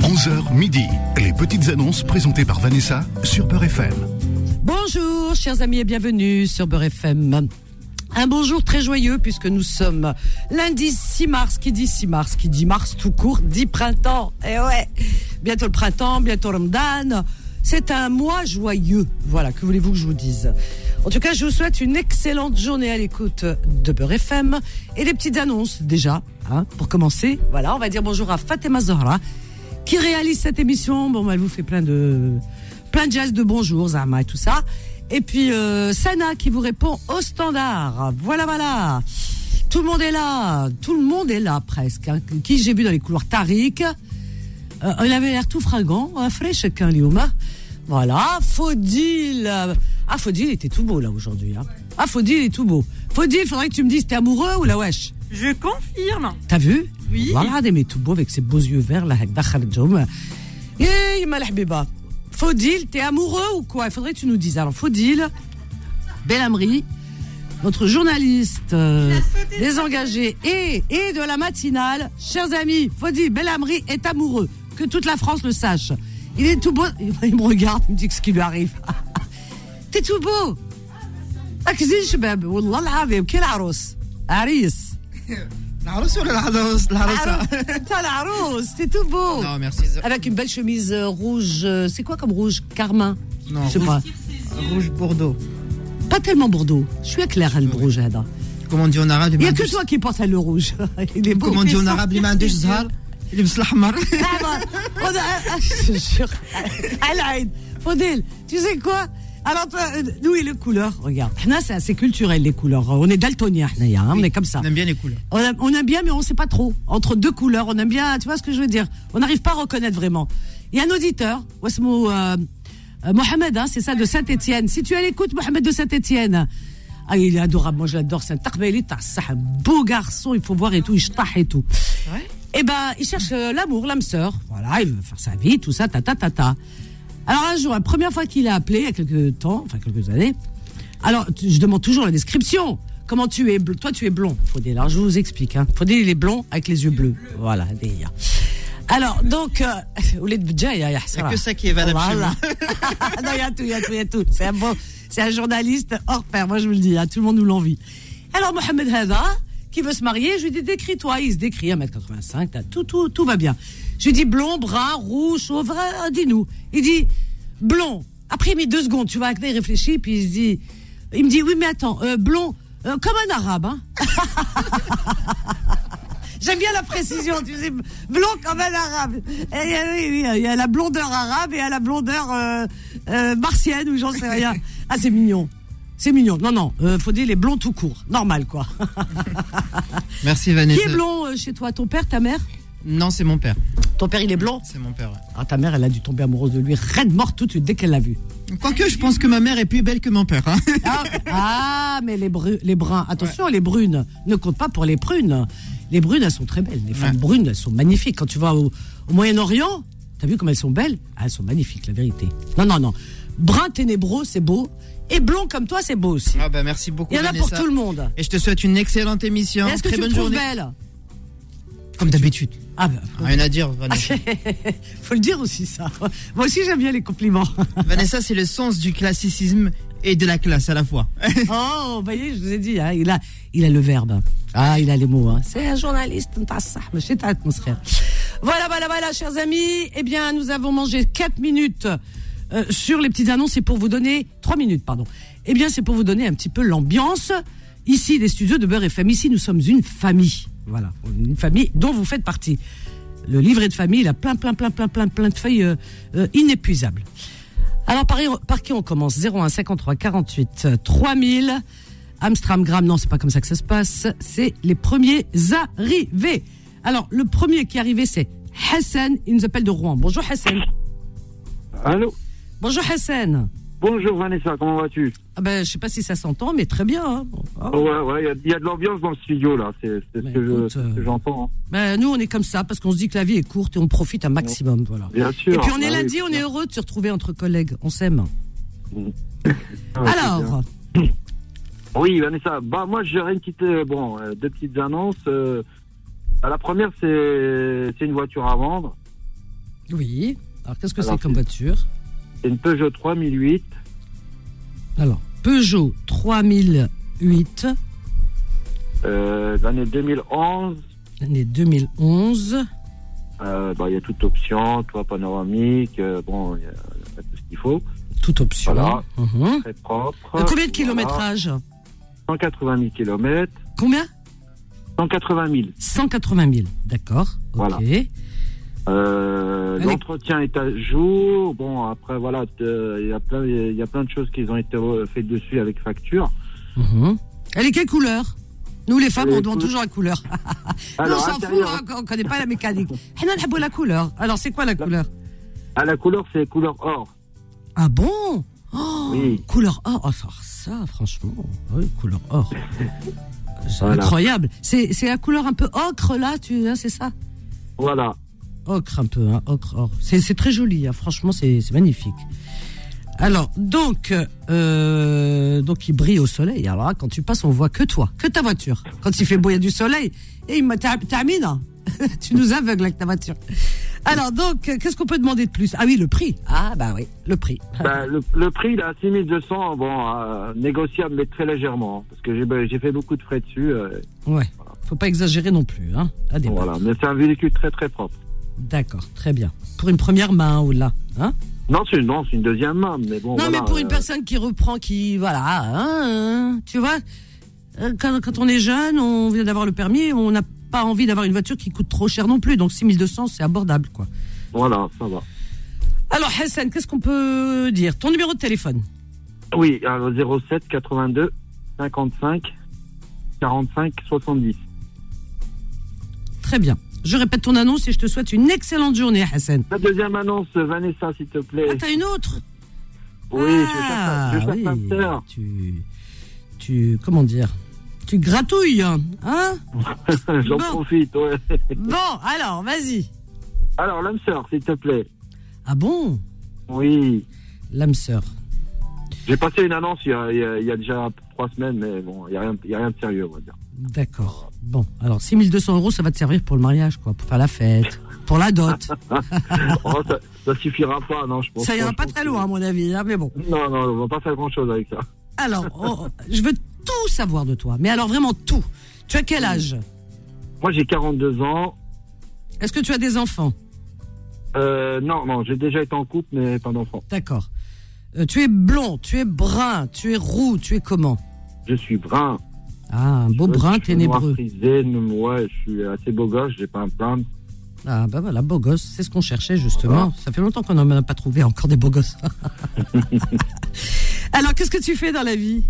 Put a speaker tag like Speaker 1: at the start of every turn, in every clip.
Speaker 1: 11h midi. Les petites annonces présentées par Vanessa sur Peur FM.
Speaker 2: Bonjour, chers amis, et bienvenue sur Beurre FM. Un bonjour très joyeux puisque nous sommes lundi 6 mars, qui dit 6 mars, qui dit mars tout court, dit printemps. Et ouais, bientôt le printemps, bientôt Ramadan. C'est un mois joyeux. Voilà, que voulez-vous que je vous dise En tout cas, je vous souhaite une excellente journée à l'écoute de Beurre FM et les petites annonces déjà. hein, pour commencer, voilà, on va dire bonjour à Fatima Zahra qui réalise cette émission. Bon, bah, elle vous fait plein de plein de jazz de bonjour, Zama et tout ça. Et puis euh, Sana qui vous répond au standard. Voilà, voilà. Tout le monde est là, tout le monde est là presque. hein. Qui j'ai vu dans les couloirs Tariq. Euh, il avait l'air tout fringant, hein, fraîche qu'un Lyouma. Voilà, Faudil. euh, Ah, Faudil était tout beau là aujourd'hui. Hein. Ah, Faudil est tout beau. Faudil, faudrait que tu me dises, t'es amoureux ou la wesh
Speaker 3: Je confirme.
Speaker 2: T'as vu
Speaker 3: Oui.
Speaker 2: Voilà, des tout beau avec ses beaux yeux verts, là, avec Dakhar Djoum. Eh, ma l'hbiba. Faudil, t'es amoureux ou quoi Il faudrait que tu nous dises. Alors, Faudil, Bellamri, notre journaliste euh, désengagé et, et de la matinale, chers amis, Faudil Bellamri est amoureux. Que toute la France le sache. Il est tout beau. Il me regarde, il me dit ce qui lui arrive. t'es tout beau Ah, أكزين شباب والله العظيم كي العروس عريس
Speaker 4: العروس ولا العروس العروسة
Speaker 2: T'as Ah, la rose, c'est tout beau.
Speaker 4: Non, merci.
Speaker 2: Avec une belle chemise euh, rouge. euh, C'est quoi comme rouge Carmin
Speaker 4: Non,
Speaker 2: Je sais pas.
Speaker 4: rouge bordeaux.
Speaker 2: Pas tellement Bordeaux. Je suis éclair à le rouge, Ada.
Speaker 4: Comment on dit en arabe
Speaker 2: hein. Il n'y a que toi qui penses à le rouge. Il est beau.
Speaker 4: Comment on dit en arabe اللي ما عندوش زهر يلبس الاحمر
Speaker 2: Ah, bah, on a- ah, je te jure. Alain, Faudel, tu sais quoi alors, toi, euh, nous et les couleurs, regarde. Hna, C'est assez culturel, les couleurs. On est daltonien, Hnaya, hein, on est comme ça.
Speaker 4: On aime bien les couleurs.
Speaker 2: On aime, on aime bien, mais on sait pas trop. Entre deux couleurs, on aime bien, tu vois ce que je veux dire On n'arrive pas à reconnaître vraiment. Il y a un auditeur, Wasmo euh, euh, Mohamed, hein, c'est ça, de Saint-Etienne. Si tu as l'écoute, Mohamed de Saint-Etienne. Ah, il est adorable, moi je l'adore, c'est un tarbeli, t'as ça, un beau garçon, il faut voir et tout, il ch'tah et tout. Eh ben, il cherche euh, l'amour, l'âme sœur. Voilà, il veut faire sa vie, tout ça, ta ta ta ta. Alors un jour, la première fois qu'il a appelé, il y a quelques temps, enfin quelques années, alors tu- je demande toujours la description. Comment tu es bl- Toi, tu es blond, Faudel. Alors je vous explique. Hein. Faudel, il est blond avec les yeux bleus. Voilà, délire. Alors, donc, euh, au lait de budget, il y a- il y a
Speaker 4: Il y a que ça qui est valable chez
Speaker 2: Voilà.
Speaker 4: moi.
Speaker 2: non, il y a tout, il y a tout, il y a tout. C'est un, bon, c'est un journaliste hors pair, moi je vous le dis, hein, tout le monde nous l'envie. Alors Mohamed Hada, qui veut se marier, je lui dis décris-toi. Il se décrit, 1m85, t'as tout, tout, tout va bien. Je lui dis blond, brun, rouge, chauve, euh, dis-nous. Il dit blond. Après, il met deux secondes, tu vois, il réfléchit, puis il se dit, il me dit, oui, mais attends, euh, blond, euh, comme un arabe, hein. J'aime bien la précision. Tu sais, blond comme un arabe. Et, euh, oui, oui, il y a la blondeur arabe et il y a la blondeur euh, euh, martienne ou j'en sais rien. Ah, c'est mignon. C'est mignon. Non, non, euh, faut dire les blonds tout court. Normal, quoi.
Speaker 4: Merci
Speaker 2: Qui
Speaker 4: Vanessa.
Speaker 2: est blond euh, chez toi Ton père, ta mère
Speaker 4: Non, c'est mon père.
Speaker 2: Ton père, il est blond
Speaker 4: C'est mon père. ouais.
Speaker 2: Ah, ta mère, elle a dû tomber amoureuse de lui, raide morte tout de suite dès qu'elle l'a vu.
Speaker 4: Quoique, je pense que ma mère est plus belle que mon père. hein.
Speaker 2: Ah, ah, mais les, bru- les bruns, attention, les brunes ne comptent pas pour les prunes. Les brunes, elles sont très belles. Les femmes
Speaker 4: Ouais.
Speaker 2: brunes, elles sont magnifiques. Quand tu vas au, au Moyen-Orient, t'as vu comme elles sont belles Ah, Elles sont magnifiques, la vérité. Non, non, non. Brun ténébreux, c'est beau. Et blond comme toi, c'est beau aussi.
Speaker 4: Ah bah merci beaucoup.
Speaker 2: Il y en a pour
Speaker 4: Vanessa.
Speaker 2: tout le monde.
Speaker 4: Et je te souhaite une excellente émission.
Speaker 2: Est-ce que
Speaker 4: Très
Speaker 2: tu me
Speaker 4: bonne
Speaker 2: trouves
Speaker 4: journée.
Speaker 2: belle
Speaker 4: Comme d'habitude.
Speaker 2: Ah, ben,
Speaker 4: Rien à dire, Vanessa.
Speaker 2: faut le dire aussi, ça. Moi aussi, j'aime bien les compliments.
Speaker 4: Vanessa, c'est le sens du classicisme et de la classe à la fois.
Speaker 2: Oh, vous voyez, je vous ai dit, hein, il, a, il a le verbe. Ah, il a les mots. hein. C'est un journaliste. نتاع الصح, ماشي تاع التمسخير. Voilà, voilà, voilà, chers amis. Eh bien, nous avons mangé 4 minutes euh, sur les petites annonces. C'est pour vous donner... 3 minutes, pardon. Eh bien, c'est pour vous donner un petit peu l'ambiance ici des studios de Beurre FM. Ici, nous sommes une famille. Voilà, une famille dont vous faites partie. Le livret de famille, il a plein, plein, plein, plein, plein, plein de feuilles euh, euh, inépuisables. Alors, par, par qui on commence 01 53 48 3000. euh, Amstram Gram, non, c'est pas comme ça que ça se passe. C'est les premiers arrivés. Alors, le premier qui est arrivé, c'est Hassan. Il nous appelle de Rouen. Bonjour Hassan. Ah.
Speaker 5: Allô
Speaker 2: Bonjour Hassan.
Speaker 5: Bonjour Vanessa, comment vas-tu
Speaker 2: Ah ben, je sais pas si ça s'entend, mais très bien. hein. Ah,
Speaker 5: Ouais, ouais, il y a- il y, a de l'ambiance dans le studio là, c'est c'est
Speaker 2: Bah,
Speaker 5: ce que je-
Speaker 2: écoute,
Speaker 5: c'est ce que
Speaker 2: euh,
Speaker 5: j'entends. hein.
Speaker 2: ben, nous, on est comme ça parce qu'on se dit que la vie est courte et on profite un maximum. Voilà.
Speaker 5: Bien sûr.
Speaker 2: Et puis, on est
Speaker 5: Ah oui,
Speaker 2: lundi, on est heureux de se retrouver entre collègues. On s'aime.
Speaker 5: ah, c'est bien.
Speaker 2: Alors,
Speaker 5: Oui, Vanessa, bah moi j'aurais une petite, euh, bon, euh, deux petites annonces. euh. Bah, la première, c'est c'est une voiture à vendre.
Speaker 2: Oui. Alors, qu'est-ce que
Speaker 5: Alors,
Speaker 2: c'est comme voiture
Speaker 5: C'est une Peugeot 3008.
Speaker 2: Alors, Peugeot 3008,
Speaker 5: Euh, l'année 2011,
Speaker 2: l'année 2011.
Speaker 5: euh, bah, il y a toute option, toit panoramique, euh, bon, il y a tout ce qu'il faut.
Speaker 2: Toute option.
Speaker 5: Voilà.
Speaker 2: Mhm.
Speaker 5: Très propre.
Speaker 2: Euh, Combien de
Speaker 5: Voilà.
Speaker 2: kilométrage
Speaker 5: 180 000 km.
Speaker 2: Combien
Speaker 5: 180 000.
Speaker 2: 180 000. D'accord. Ok.
Speaker 5: Voilà. Euh,
Speaker 2: Allez.
Speaker 5: L'entretien est à jour. Bon, après, voilà, te- il y, a plein- il y a plein de choses qui ont été euh, faites dessus avec facture.
Speaker 2: Mhm. Elle est quelle couleur Nous, les femmes,
Speaker 5: Elle
Speaker 2: on
Speaker 5: est
Speaker 2: demande
Speaker 5: cool.
Speaker 2: toujours la couleur. Nous, on
Speaker 5: Alors,
Speaker 2: s'en fout,
Speaker 5: intérieur,
Speaker 2: hein, on connaît pas la mécanique. Eh non, elle a beau la couleur. Alors, c'est quoi la couleur
Speaker 5: à la couleur, c'est couleur or.
Speaker 2: Ah bon Oh,
Speaker 5: Oui.
Speaker 2: Couleur or. Oh, ça, ça, franchement, oui, couleur or. C'est
Speaker 5: Voilà.
Speaker 2: incroyable. C'est c'est la couleur un peu ocre, là, tu hein, c'est ça
Speaker 5: Voilà.
Speaker 2: Ocre un peu, hein, ocre, or. C'est c'est très joli, hein, franchement, c'est c'est magnifique. Alors, donc, euh, donc, il brille au soleil. Alors là, quand tu passes, on voit que toi, que ta voiture. Quand il fait beau, il y a du soleil. Et il m'a t'as- t'as mis, non Tu nous aveugles avec ta voiture. Alors, donc, euh, qu'est-ce qu'on peut demander de plus Ah oui, le prix. Ah, bah oui, le prix.
Speaker 5: Ben, le, le prix, là, 6200, bon, euh, négociable, mais très légèrement. hein, Parce que j'ai ben, j'ai fait beaucoup de frais dessus. euh,
Speaker 2: Ouais, faut pas exagérer non plus. Hein. À des
Speaker 5: voilà. Mais c'est un véhicule très, très propre.
Speaker 2: D'accord, très bien. Pour une première main ou là. Hein
Speaker 5: Non, c'est non, c'est une deuxième main, mais bon.
Speaker 2: non,
Speaker 5: voilà,
Speaker 2: mais pour une
Speaker 5: euh,
Speaker 2: personne qui reprend, qui. Voilà. hein, tu vois, euh, quand, quand on est jeune, on vient d'avoir le permis, on n'a pas envie d'avoir une voiture qui coûte trop cher non plus. Donc 6200, c'est abordable, quoi.
Speaker 5: Voilà, ça va.
Speaker 2: Alors, Hassan, qu'est-ce qu'on peut dire Ton numéro de téléphone
Speaker 5: Oui, alors 07 82 55 45 70.
Speaker 2: Très bien. Je répète ton annonce et je te souhaite une excellente journée, Hassan.
Speaker 5: La deuxième annonce, Vanessa, s'il te plaît.
Speaker 2: Ah, t'as une autre
Speaker 5: Oui,
Speaker 2: Ah,
Speaker 5: je cherche, un- je cherche
Speaker 2: oui.
Speaker 5: un sœur.
Speaker 2: Tu. Tu. Comment dire Tu gratouilles, hein
Speaker 5: J'en
Speaker 2: Bon.
Speaker 5: profite, ouais.
Speaker 2: Bon, alors, vas-y.
Speaker 5: Alors, l'âme sœur, s'il te plaît.
Speaker 2: Ah bon
Speaker 5: Oui.
Speaker 2: L'âme sœur.
Speaker 5: J'ai passé une annonce il y a, il y a- il y a déjà trois semaines, mais bon, il n'y a, rien- il y a rien de sérieux, on va dire.
Speaker 2: D'accord. Bon, alors 6200 euros, ça va te servir pour le mariage, quoi, pour faire la fête, pour la dot.
Speaker 5: Oh, ça, ça suffira pas, non, je pense.
Speaker 2: ça ira
Speaker 5: franchement,
Speaker 2: pas très
Speaker 5: c'est-
Speaker 2: loin, à mon avis, hein, mais bon.
Speaker 5: Non, non, on va pas faire grand chose avec ça.
Speaker 2: Alors, oh, je veux tout savoir de toi, mais alors vraiment tout. Tu as quel âge
Speaker 5: Moi, j'ai 42 ans.
Speaker 2: Est-ce que tu as des enfants
Speaker 5: Euh, non, non, j'ai déjà été en couple, mais pas d'enfant.
Speaker 2: D'accord. Euh, tu es blond, tu es brun, tu es roux, tu es comment
Speaker 5: Je suis brun.
Speaker 2: Ah, un beau
Speaker 5: Ouais,
Speaker 2: brun
Speaker 5: je suis noir
Speaker 2: ténébreux.
Speaker 5: frisé, non, ouais, je suis assez beau gosse, j'ai pas un plaindre.
Speaker 2: Ah bah voilà, beau gosse, c'est ce qu'on cherchait justement. Ça fait longtemps qu'on n'en a pas trouvé encore des beaux gosses. Alors qu'est-ce que tu fais dans la vie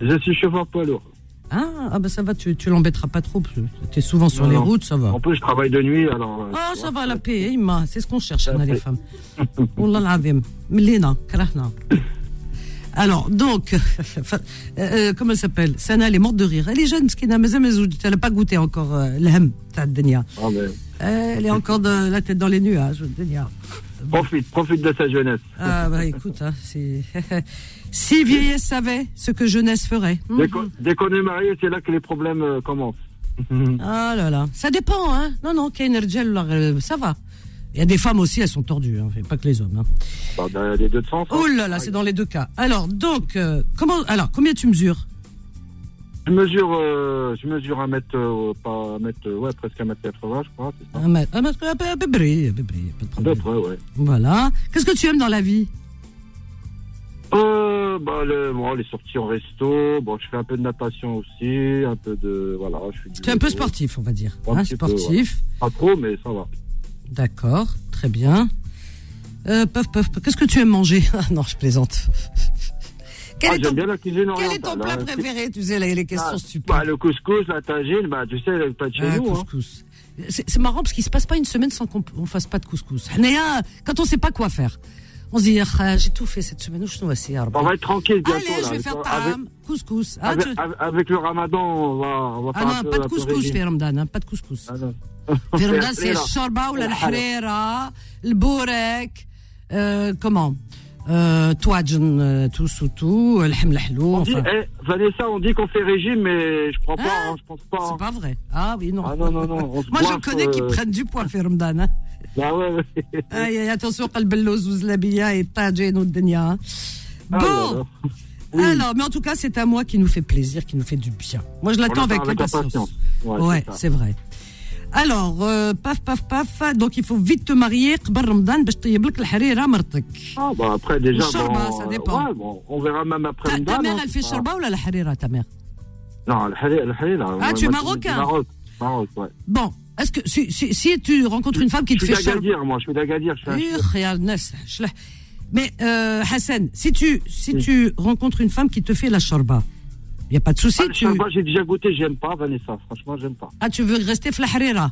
Speaker 5: Je suis chauffeur poids lourd.
Speaker 2: ah, ah bah ça va, tu, tu l'embêteras pas trop, parce que t'es souvent sur
Speaker 5: Non,
Speaker 2: les
Speaker 5: non.
Speaker 2: routes, ça va.
Speaker 5: En plus, je travaille de nuit, alors. euh,
Speaker 2: Ah,
Speaker 5: tu
Speaker 2: ça
Speaker 5: vois.
Speaker 2: va, la paix, Imma, c'est ce qu'on cherche, on a les
Speaker 5: Après.
Speaker 2: femmes. Oh Wallah l'azim. Mlina, karahna. Alors, donc, enfin, euh, comment elle s'appelle Sana, elle est morte de rire. Elle est jeune, Skina, mais elle n'a pas goûté encore euh, l'hem, ta denia.
Speaker 5: Ah, mais
Speaker 2: Euh, Elle est encore de- la tête dans les nuages, denia.
Speaker 5: Profite, profite de sa jeunesse.
Speaker 2: Ah bah écoute, hein, c'est- si vieillesse savait ce que jeunesse ferait. Hmm.
Speaker 5: Dès qu'on- Dès qu'on est marié, c'est là que les problèmes euh, commencent.
Speaker 2: Ah là là, ça dépend, hein. Non, non, Kainer Gel, là, euh, ça va. Il y a des femmes aussi, elles sont tordues, hein. Fait pas que les hommes. Hein.
Speaker 5: Bah, dans les deux sens. hein.
Speaker 2: Oh là là, c'est dans les deux cas. Alors, donc, euh, comment, alors, combien tu mesures
Speaker 5: Je mesure, euh, je mesure un mètre, euh, pas un mètre, euh, ouais, presque un mètre 80, je crois, c'est ça.
Speaker 2: Un mètre, un mètre, un peu- un peu bré, un peu bré, pas de
Speaker 5: À peu
Speaker 2: problème.
Speaker 5: près, ouais.
Speaker 2: Voilà. Qu'est-ce que tu aimes dans la vie
Speaker 5: Euh, bah, le, bon, les sorties en resto, bon, je fais un peu de natation aussi, un peu de, voilà, je suis. du
Speaker 2: Tu es un peu
Speaker 5: vélo.
Speaker 2: sportif, on va dire.
Speaker 5: Euh, Un
Speaker 2: hein,
Speaker 5: petit peu,
Speaker 2: sportif.
Speaker 5: Pas trop, mais ça va.
Speaker 2: D'accord, très bien. Euh, puff, puff, puff. Qu'est-ce que tu aimes manger Ah non, je plaisante. Quel
Speaker 5: Ah,
Speaker 2: est
Speaker 5: j'aime
Speaker 2: ton
Speaker 5: bien la cuisine
Speaker 2: Quel est ton
Speaker 5: orientale,
Speaker 2: plat
Speaker 5: hein.
Speaker 2: préféré Tu sais, les, les questions
Speaker 5: Ah,
Speaker 2: stupides.
Speaker 5: bah, le couscous, la tagine, bah, tu sais, le pas de chez
Speaker 2: Ah,
Speaker 5: nous. Hein.
Speaker 2: couscous. C'est c'est marrant parce qu'il se passe pas une semaine sans qu'on on fasse pas de couscous. Hanaya, Quand on sait pas quoi faire, on se dit ah, j'ai tout fait cette semaine. Je suis assez
Speaker 5: On va être tranquille bientôt.
Speaker 2: Allez, je
Speaker 5: là,
Speaker 2: vais
Speaker 5: avec-
Speaker 2: faire
Speaker 5: avec,
Speaker 2: taram, couscous. Ah,
Speaker 5: avec,
Speaker 2: tu-
Speaker 5: avec- avec le ramadan, on va, on va
Speaker 2: ah
Speaker 5: faire un
Speaker 2: non,
Speaker 5: peu
Speaker 2: pas de
Speaker 5: un peu
Speaker 2: couscous,
Speaker 5: régime.
Speaker 2: fait Ramadan, hein, pas de couscous.
Speaker 5: Ah non.
Speaker 2: Fait Ramadan,
Speaker 5: C'est
Speaker 2: c'est le
Speaker 5: là.
Speaker 2: sharba ou la
Speaker 5: Ah, là.
Speaker 2: harira, le borek, euh, comment euh, Touadjen, euh, tout sous tout, le hamel halou,
Speaker 5: On dit,
Speaker 2: enfin.
Speaker 5: eh, Vanessa, on dit qu'on fait régime, mais je crois pas,
Speaker 2: Ah,
Speaker 5: hein, je pense pas. hein.
Speaker 2: C'est pas vrai. Ah oui, non.
Speaker 5: Ah non, non, non. on se
Speaker 2: Moi, je
Speaker 5: goinfre,
Speaker 2: connais qui
Speaker 5: euh,
Speaker 2: prennent du poids, fait Ramadan. hein.
Speaker 5: Ah ouais, ouais.
Speaker 2: Aïe, aïe, attention, قلب اللوز والزلابية يطاجين والدنيا. hein.
Speaker 5: Ah, ouais,
Speaker 2: Bon,
Speaker 5: alors. oui.
Speaker 2: alors, mais en tout cas, c'est un mois qui nous fait plaisir, qui nous fait du bien. Moi, je l'attends
Speaker 5: On
Speaker 2: avec,
Speaker 5: attend
Speaker 2: impatience.
Speaker 5: Ouais,
Speaker 2: Ouais,
Speaker 5: c'est ça.
Speaker 2: c'est vrai. Alors, euh, paf, paf, paf, donc il faut vite te marier قبل رمضان باش طيب لك الحريرة مرتك.
Speaker 5: Ah, bah après, déjà,
Speaker 2: Le shorba,
Speaker 5: bon,
Speaker 2: ça
Speaker 5: euh,
Speaker 2: dépend.
Speaker 5: ouais, bon, on verra même après
Speaker 2: Ta,
Speaker 5: une
Speaker 2: ta
Speaker 5: dame,
Speaker 2: mère,
Speaker 5: hein,
Speaker 2: elle
Speaker 5: c'est
Speaker 2: fait
Speaker 5: pas-
Speaker 2: shorba ou la harira, ta mère
Speaker 5: Non, le halal, le halal, là.
Speaker 2: Ah, tu es
Speaker 5: Moi, moi, je suis du
Speaker 2: marocain
Speaker 5: Maroc, Maroc, ouais.
Speaker 2: Bon, est-ce que si, si, si tu rencontres une femme qui te
Speaker 5: Je suis
Speaker 2: fait Eh, shorba...
Speaker 5: d'Agadir, moi, je suis d'Agadir, je suis un
Speaker 2: Ur, regarde, nas, chla. Mais euh, Hassan, si tu si
Speaker 5: Oui.
Speaker 2: tu rencontres une femme qui te fait la shorba, il y a pas de souci.
Speaker 5: Ah, le
Speaker 2: tu
Speaker 5: shorba, j'ai déjà goûté, j'aime pas, Vanessa. Franchement, j'aime pas.
Speaker 2: ah tu veux rester flahrera,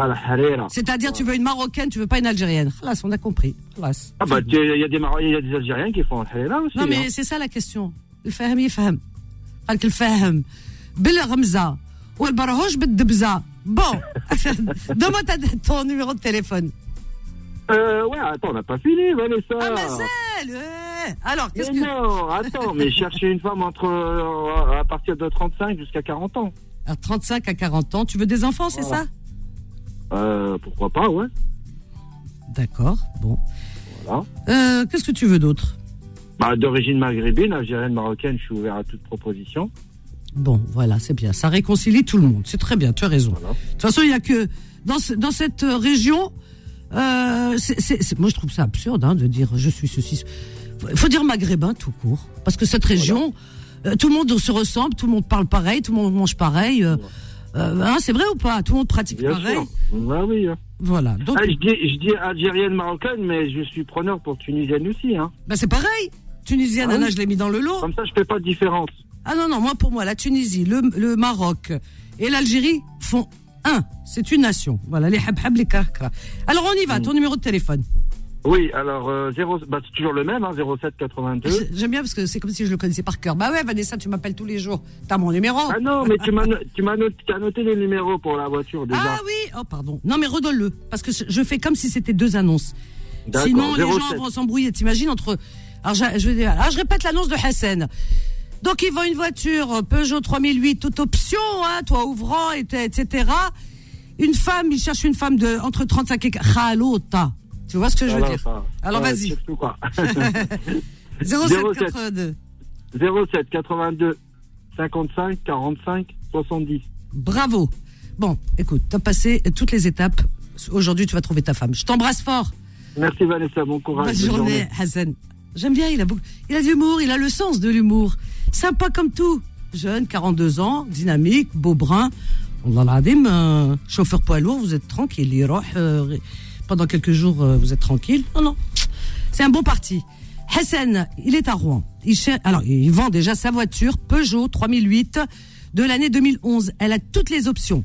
Speaker 5: Ah, la harira.
Speaker 2: c'est-à-dire tu veux une marocaine, tu veux pas une algérienne. Khalas, on a compris. Khalas.
Speaker 5: Ah, bah, tu- il y a des Marocains, il y a des Algériens qui font le harira aussi.
Speaker 2: Non
Speaker 5: hein.
Speaker 2: mais c'est ça la question. الفاهم يفهم. قال لك الفاهم بالغمزة والبرهوش بالدبزة. Bon, demande ta- ton numéro de téléphone.
Speaker 5: Euh, ouais, attends, on n'a pas fini, Vanessa.
Speaker 2: Ah, mais c'est, ouais. euh, Alors, qu'est-ce
Speaker 5: Mais
Speaker 2: que...
Speaker 5: non, attends, mais chercher une femme entre euh, à partir de 35 jusqu'à 40 ans.
Speaker 2: À 35 à 40 ans, tu veux des enfants, c'est
Speaker 5: Voilà.
Speaker 2: ça
Speaker 5: Euh, pourquoi pas, ouais.
Speaker 2: D'accord, bon.
Speaker 5: Voilà.
Speaker 2: Euh, Qu'est-ce que tu veux d'autre
Speaker 5: Bah, d'origine maghrébine, algérienne, marocaine, je suis ouvert à toute proposition.
Speaker 2: Bon, voilà, c'est bien. Ça réconcilie tout le monde. C'est très bien, tu as raison.
Speaker 5: Voilà.
Speaker 2: De toute façon, il n'y a que. Dans, ce- dans cette région, euh, c'est- c'est- c'est- moi je trouve ça absurde hein, de dire je suis ceci. Il faut dire maghrébin tout court. Parce que cette région, euh, tout le monde se ressemble, tout le monde parle pareil, tout le monde mange pareil. euh, euh, hein, c'est vrai ou pas Tout le monde pratique
Speaker 5: Bien
Speaker 2: pareil.
Speaker 5: sûr. Bah oui. hein.
Speaker 2: Voilà. Donc,
Speaker 5: Ah, je, dis, je dis algérienne, marocaine, mais je suis preneur pour tunisienne aussi. Hein.
Speaker 2: bah, c'est pareil. Tunisienne,
Speaker 5: Ah oui.
Speaker 2: Anna, je l'ai mis dans le lot.
Speaker 5: Comme ça, je fais pas de différence.
Speaker 2: Ah non, non, moi pour moi, la Tunisie, le, le Maroc et l'Algérie font un. C'est une nation. Voilà, les habhab, les kahkra. Alors on y
Speaker 5: Mm.
Speaker 2: va, ton numéro de téléphone.
Speaker 5: Oui, alors, euh, zéro- bah, c'est toujours le même, hein, 07 82.
Speaker 2: J'aime bien parce que c'est comme si je le connaissais par cœur. Bah ouais, Vanessa, tu m'appelles tous les jours. T'as mon numéro.
Speaker 5: Ah non, mais tu m'as no- tu m'as noté, t'as noté les numéros pour la voiture déjà.
Speaker 2: Ah oui, oh pardon. Non mais redonne-le, parce que je fais comme si c'était deux annonces.
Speaker 5: D'accord,
Speaker 2: Sinon les gens
Speaker 5: 07.
Speaker 2: vont s'embrouiller. T'imagines entre... Alors je, je, vais dire- ah, je répète l'annonce de Hassan. Donc il vend une voiture euh, Peugeot 3008, toute option, hein, toit ouvrant, et- etc. Une femme, il cherche une femme de entre 35 et... Khalota. Tu vois ce que je veux
Speaker 5: Voilà,
Speaker 2: dire
Speaker 5: ça.
Speaker 2: Alors
Speaker 5: Ouais,
Speaker 2: vas-y,
Speaker 5: c'est tout, quoi.
Speaker 2: 0782.
Speaker 5: 07 82 55 45 70.
Speaker 2: Bravo. Bon, écoute, t'as passé toutes les étapes. Aujourd'hui, tu vas trouver ta femme. Je t'embrasse fort.
Speaker 5: Merci Vanessa, bon courage.
Speaker 2: Bonne journée, Hassan. J'aime bien, il a beaucoup, il a de l'humour, il a le sens de l'humour. Sympa comme tout. Jeune, 42 ans, dynamique, beau brun. Allah l'adim, euh, chauffeur poids lourd, vous êtes tranquille. Il roche, euh, pendant quelques jours, euh, vous êtes tranquille. Non, non. C'est un bon parti. Hassan, il est à Rouen. Il cher- Alors, il vend déjà sa voiture Peugeot 3008 de l'année 2011. Elle a toutes les options.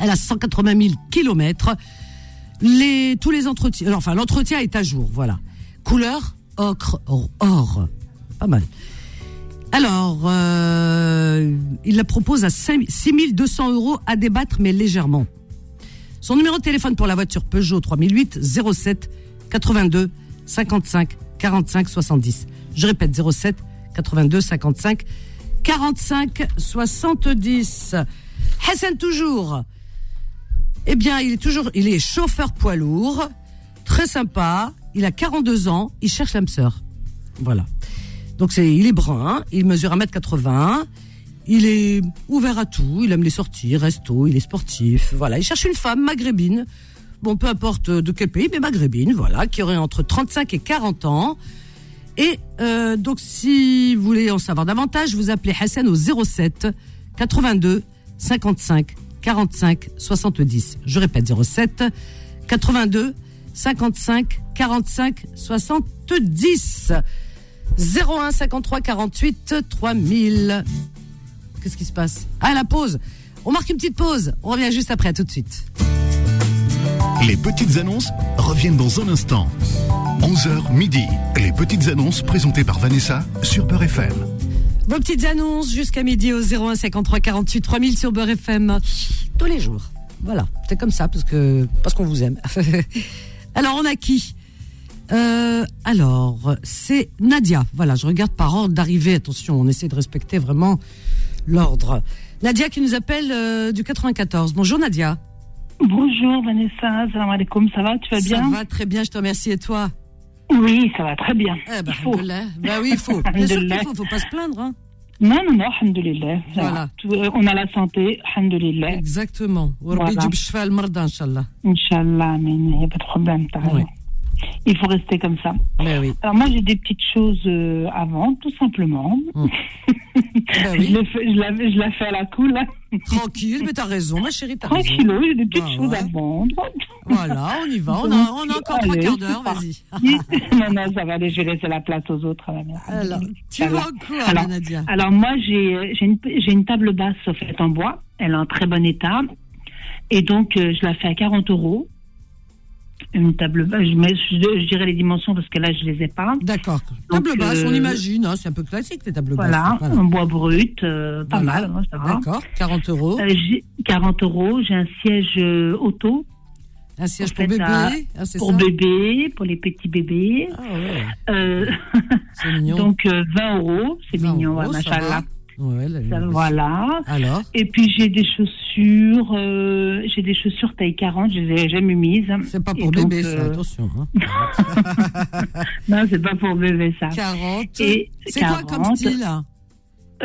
Speaker 2: Elle a 180 000 kilomètres les, tous les entretiens, alors, enfin l'entretien est à jour, voilà. Couleur ocre or, or. pas mal. Alors, euh, il la propose à 5 6200 euros à débattre, mais légèrement. Son numéro de téléphone pour la voiture Peugeot 3008 07 82 55 45 70. Je répète 07 82 55 45 70. Hassan toujours. Eh bien, il est toujours, il est chauffeur poids lourd, très sympa. Il a 42 ans, il cherche l'âme sœur. Voilà. Donc c'est, il est brun, hein, il mesure 1m80, il est ouvert à tout, il aime les sorties, resto, il est sportif. Voilà, il cherche une femme maghrébine. Bon, peu importe de quel pays, mais maghrébine, voilà, qui aurait entre 35 et 40 ans. Et euh, donc, si vous voulez en savoir davantage, vous appelez Hassan au 07 82 55 45 70. Je répète, 07 82 55 45 70. 01 53 48 3000. Qu'est-ce qui se passe Ah, la pause On marque une petite pause. On revient juste après, à tout de suite.
Speaker 1: Les petites annonces reviennent dans un instant. 11h midi. Les petites annonces présentées par Vanessa sur Peur FM.
Speaker 2: Vos petites annonces jusqu'à midi au 01 53 48 3000 sur Beurre FM tous les jours. Voilà, c'est comme ça parce que parce qu'on vous aime. alors on a qui Euh, Alors c'est Nadia. Voilà, je regarde par ordre d'arrivée. Attention, on essaie de respecter vraiment l'ordre. Nadia qui nous appelle euh, du 94. Bonjour Nadia.
Speaker 3: Bonjour Vanessa, salam alaikum, ça va, tu vas
Speaker 2: Ça
Speaker 3: bien
Speaker 2: va très bien, je te remercie. Et toi
Speaker 3: Oui, ça va très bien.
Speaker 2: Eh ben,
Speaker 3: Il faut.
Speaker 2: alhamdoulilah. Bah oui, il faut. Bien sûr qu'il
Speaker 3: Alhamdoulilah.
Speaker 2: faut, faut pas se plaindre. hein.
Speaker 3: Non, non, non, alhamdoulilah. ça va.
Speaker 2: Voilà.
Speaker 3: Tout- euh, on a la santé, alhamdoulilah.
Speaker 2: Exactement. Rabbi
Speaker 3: Voilà.
Speaker 2: jib shfa al marda, Inch'Allah.
Speaker 3: Inch'Allah, mais il n'y a pas de problème, t'as
Speaker 2: Oui.
Speaker 3: raison. Il faut rester comme ça.
Speaker 2: Bah oui.
Speaker 3: Alors moi, j'ai des petites choses euh, avant, tout simplement.
Speaker 2: Bah
Speaker 3: Je,
Speaker 2: oui.
Speaker 3: l'ai fait- je la, je la fais à la cool. là.
Speaker 2: Tranquille, mais t'as raison, ma chérie, t'as raison.
Speaker 3: Tranquillo, j'ai des petites
Speaker 2: Ah
Speaker 3: choses
Speaker 2: ouais.
Speaker 3: à vendre.
Speaker 2: Voilà, on y va. On a, on a encore trois
Speaker 3: Allez,
Speaker 2: quarts
Speaker 3: c'est
Speaker 2: d'heure,
Speaker 3: parti.
Speaker 2: vas-y.
Speaker 3: non, non, ça va aller, je vais laisser la place aux autres. à la merde.
Speaker 2: Alors, tu
Speaker 3: Alors,
Speaker 2: vas en quoi,
Speaker 3: alors,
Speaker 2: Nadia
Speaker 3: Alors moi, j'ai euh, j'ai une, j'ai une table basse euh, faite en bois. Elle est en très bon état. Et donc, euh, je la fais à 40 euros. Une table basse, je, mets- je- je dirais les dimensions parce que là, je les ai pas.
Speaker 2: D'accord. Table
Speaker 3: Donc,
Speaker 2: basse, on
Speaker 3: euh,
Speaker 2: imagine. hein, c'est un peu classique, les tables
Speaker 3: Voilà,
Speaker 2: basses. Voilà.
Speaker 3: en bois brut, euh, pas
Speaker 2: Voilà.
Speaker 3: mal, hein, ça va.
Speaker 2: D'accord, 40 euros.
Speaker 3: Euh, j'ai 40 euros, j'ai un siège euh, auto
Speaker 2: Un siège
Speaker 3: en
Speaker 2: pour
Speaker 3: fait,
Speaker 2: bébé,
Speaker 3: à-
Speaker 2: hein, c'est
Speaker 3: pour
Speaker 2: ça
Speaker 3: bébé, pour les petits bébés.
Speaker 2: Ah ouais,
Speaker 3: Euh,
Speaker 2: c'est mignon.
Speaker 3: donc euh, 20 euros, c'est
Speaker 2: 20
Speaker 3: mignon,
Speaker 2: euros,
Speaker 3: voilà,
Speaker 2: ça va.
Speaker 3: machallah.
Speaker 2: Ouais, là,
Speaker 3: Ça,
Speaker 2: oui.
Speaker 3: Voilà.
Speaker 2: Alors,
Speaker 3: Et puis j'ai des chaussures, euh, j'ai des chaussures taille 40, je les ai jamais mises.
Speaker 2: c'est pas
Speaker 3: Et
Speaker 2: pour
Speaker 3: donc,
Speaker 2: bébé, ça,
Speaker 3: euh,
Speaker 2: attention. hein.
Speaker 3: Non, c'est pas pour bébé ça.
Speaker 2: 40.
Speaker 3: ah. Et
Speaker 2: C'est quoi
Speaker 3: 40,
Speaker 2: comme style hein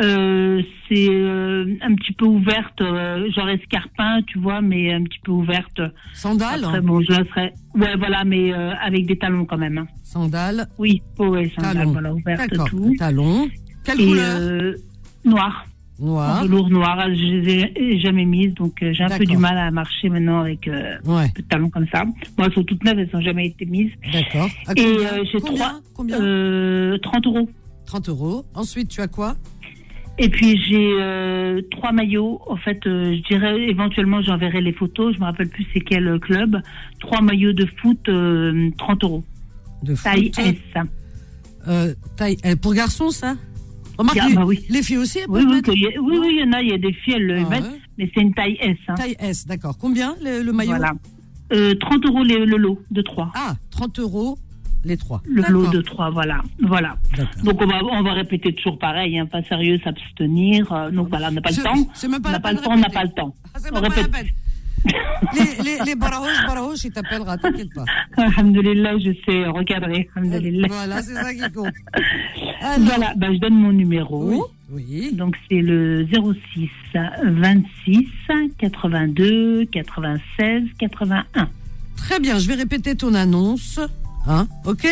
Speaker 3: Euh, c'est euh, un petit peu ouverte, euh, genre escarpin, tu vois, mais un petit peu ouverte.
Speaker 2: Sandales
Speaker 3: Après,
Speaker 2: hein
Speaker 3: bon, je la serais. Ouais, voilà, mais euh, avec des talons quand même. hein.
Speaker 2: Sandales,
Speaker 3: Oui, oh, ouais, c'est un
Speaker 2: Talons.
Speaker 3: voilà, ouverte
Speaker 2: d'accord.
Speaker 3: tout.
Speaker 2: Talons. Quelle
Speaker 3: Et
Speaker 2: couleur
Speaker 3: euh, noir,
Speaker 2: Noir.
Speaker 3: de lourd noir. Je les ai jamais mises, donc euh, j'ai un peu
Speaker 2: D'accord.
Speaker 3: du mal à marcher maintenant avec euh,
Speaker 2: Ouais,
Speaker 3: peu de talons comme ça. Moi, elles sont toutes neuves, elles n'ont jamais été mises.
Speaker 2: d'accord. À
Speaker 3: Et,
Speaker 2: combien
Speaker 3: euh, j'ai
Speaker 2: Combien
Speaker 3: trois-
Speaker 2: Combien
Speaker 3: Euh, 30 euros.
Speaker 2: 30 euros. Ensuite, tu as quoi
Speaker 3: Et puis j'ai euh, trois maillots. En fait, euh, je dirais éventuellement j'enverrai les photos. Je me rappelle plus c'est quel euh, club. Trois maillots de foot, euh, 30 euros.
Speaker 2: De
Speaker 3: Taille
Speaker 2: foot.
Speaker 3: S. hein.
Speaker 2: Euh, taille. eh, pour garçon, ça Remarque,
Speaker 3: Ah,
Speaker 2: les,
Speaker 3: bah oui.
Speaker 2: les filles aussi, elles
Speaker 3: Oui,
Speaker 2: peuvent
Speaker 3: oui,
Speaker 2: mettre
Speaker 3: que y a- oui, oui, il y en a. Il y a des filles, elles le
Speaker 2: Ah,
Speaker 3: mettent,
Speaker 2: ouais.
Speaker 3: mais c'est une taille S. hein.
Speaker 2: Taille S, d'accord. Combien le, le maillot
Speaker 3: Voilà. Euh, 30 euros les- le lot de trois.
Speaker 2: Ah, 30 euros les trois.
Speaker 3: Le lot
Speaker 2: D'accord,
Speaker 3: de trois, voilà, voilà.
Speaker 2: d'accord.
Speaker 3: Donc on va, on va répéter toujours pareil, hein, pas sérieux, s'abstenir. euh, donc voilà, on n'a pas le
Speaker 2: C'est-
Speaker 3: temps.
Speaker 2: C'est même
Speaker 3: On
Speaker 2: pas la
Speaker 3: n'a pas
Speaker 2: peine
Speaker 3: le
Speaker 2: de
Speaker 3: temps, on n'a
Speaker 2: répéter.
Speaker 3: pas le temps.
Speaker 2: Ah, c'est
Speaker 3: On
Speaker 2: même pas la
Speaker 3: répète.
Speaker 2: peine. Les, les, les baraouches, baraouches, ils t'appellera, t'inquiète pas.
Speaker 3: Alhamdulillah, je sais recadrer. Alhamdulillah.
Speaker 2: Voilà, c'est ça qui compte. Alors,
Speaker 3: Voilà, bah, je donne mon numéro.
Speaker 2: Oui, oui.
Speaker 3: Donc c'est le 06 26 82 96 81.
Speaker 2: Très bien, je vais répéter ton annonce. Hein, ok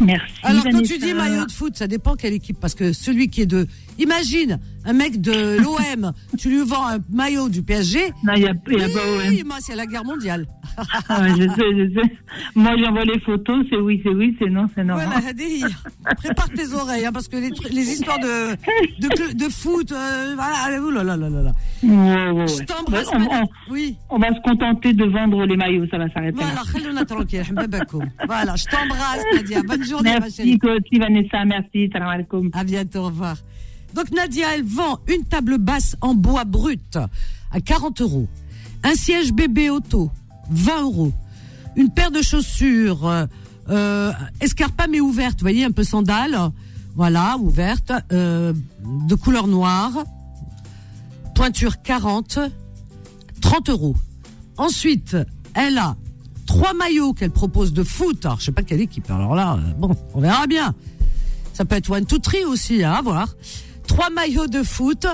Speaker 3: Merci.
Speaker 2: Alors, quand
Speaker 3: Vanessa.
Speaker 2: tu dis maillot de foot, ça dépend quelle équipe. Parce que celui qui est de. Imagine, un mec de l'OM, tu lui vends un maillot du PSG.
Speaker 3: Non, il n'y a, il y a pas
Speaker 2: Oui, moi, c'est la guerre mondiale.
Speaker 3: Ah, ouais, je sais, je sais. Moi, j'envoie les photos, c'est oui, c'est oui, c'est non, c'est non.
Speaker 2: Voilà, Hadi, bah, prépare tes oreilles, hein, parce que les, tru- les histoires de, de, cl- de foot, euh, voilà, ouh là là là là là.
Speaker 3: Ouais, ouais, ouais.
Speaker 2: Je t'embrasse,
Speaker 3: Ouais, on,
Speaker 2: madame.
Speaker 3: on-
Speaker 2: Oui,
Speaker 3: on va se contenter de vendre les maillots, ça va s'arrêter
Speaker 2: voilà,
Speaker 3: là.
Speaker 2: khallouna tranquille, hmbabakoum. Voilà, je t'embrasse, Nadia. Bonne journée, ma
Speaker 3: Merci,
Speaker 2: chérie.
Speaker 3: toi aussi, Vanessa, merci, salam alaikum.
Speaker 2: À bientôt, au revoir. Donc, Nadia, elle vend une table basse en bois brut à 40 euros, un siège bébé auto, 20 euros, une paire de chaussures, euh, euh, escarpins mais ouvertes, vous voyez, un peu sandales, voilà, ouvertes, euh, de couleur noire, pointure 40, 30 euros. Ensuite, elle a trois maillots qu'elle propose de foot. Alors, je sais pas quelle équipe. Alors là, euh, bon, on verra bien. Ça peut être one, two, three aussi, hein, à voir. Trois maillots de foot.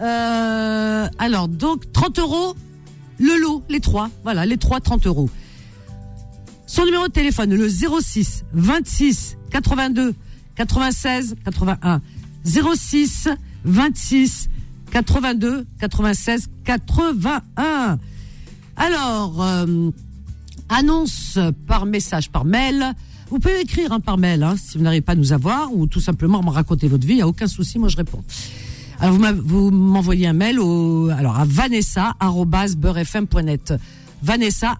Speaker 2: Euh, alors, donc, 30 euros le lot, les trois. Voilà, les trois, 30 euros. Son numéro de téléphone, le 06 26 82 96 81. 06 26 82 96 81. Alors, euh, annonce par message, par mail. Vous pouvez écrire hein, par mail hein, si vous n'arrivez pas à nous avoir ou tout simplement me raconter votre vie. Il n'y a aucun souci, moi je réponds. Alors vous m'a- vous m'envoyez un mail au, alors à vanessa@beurrefm.net.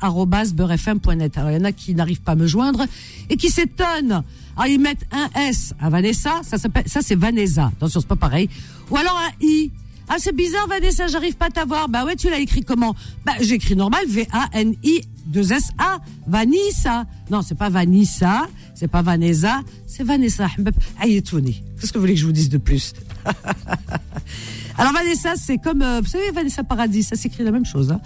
Speaker 2: Vanessa@beurrefm.net. Alors il y en a qui n'arrivent pas à me joindre et qui s'étonnent. Alors ils mettent un S à Vanessa, ça s'appelle, ça c'est Vanessa. Attention, c'est pas pareil. Ou alors un I. Ah c'est bizarre Vanessa, j'arrive pas à t'avoir. Bah ouais, tu l'as écrit comment Bah j'écris normal V A N I 2 S A Vanessa. Non, c'est pas Vanessa, c'est pas Vanessa, c'est Vanessa. Ahbab. Ayetouni. Qu'est-ce que vous voulez que je vous dise de plus alors Vanessa, c'est comme, euh, vous savez, Vanessa Paradis, ça s'écrit la même chose. hein.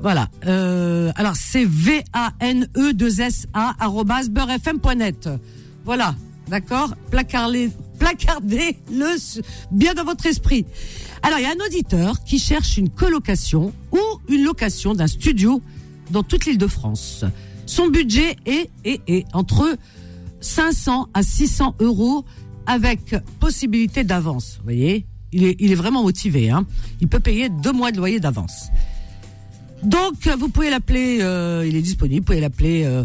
Speaker 2: Voilà. Euh, alors, c'est E V-A-N-E-2-S-A, arrobas, beurrefm.net. Voilà. D'accord Placardez, placardez le bien dans votre esprit. Alors, il y a un auditeur qui cherche une colocation ou une location d'un studio dans toute l'île de France. Son budget est, est, est entre 500 à 600 euros avec possibilité d'avance. Vous voyez il est, il est vraiment motivé. Hein il peut payer deux mois de loyer d'avance. Donc, euh, vous pouvez l'appeler, euh, il est disponible, vous pouvez l'appeler euh,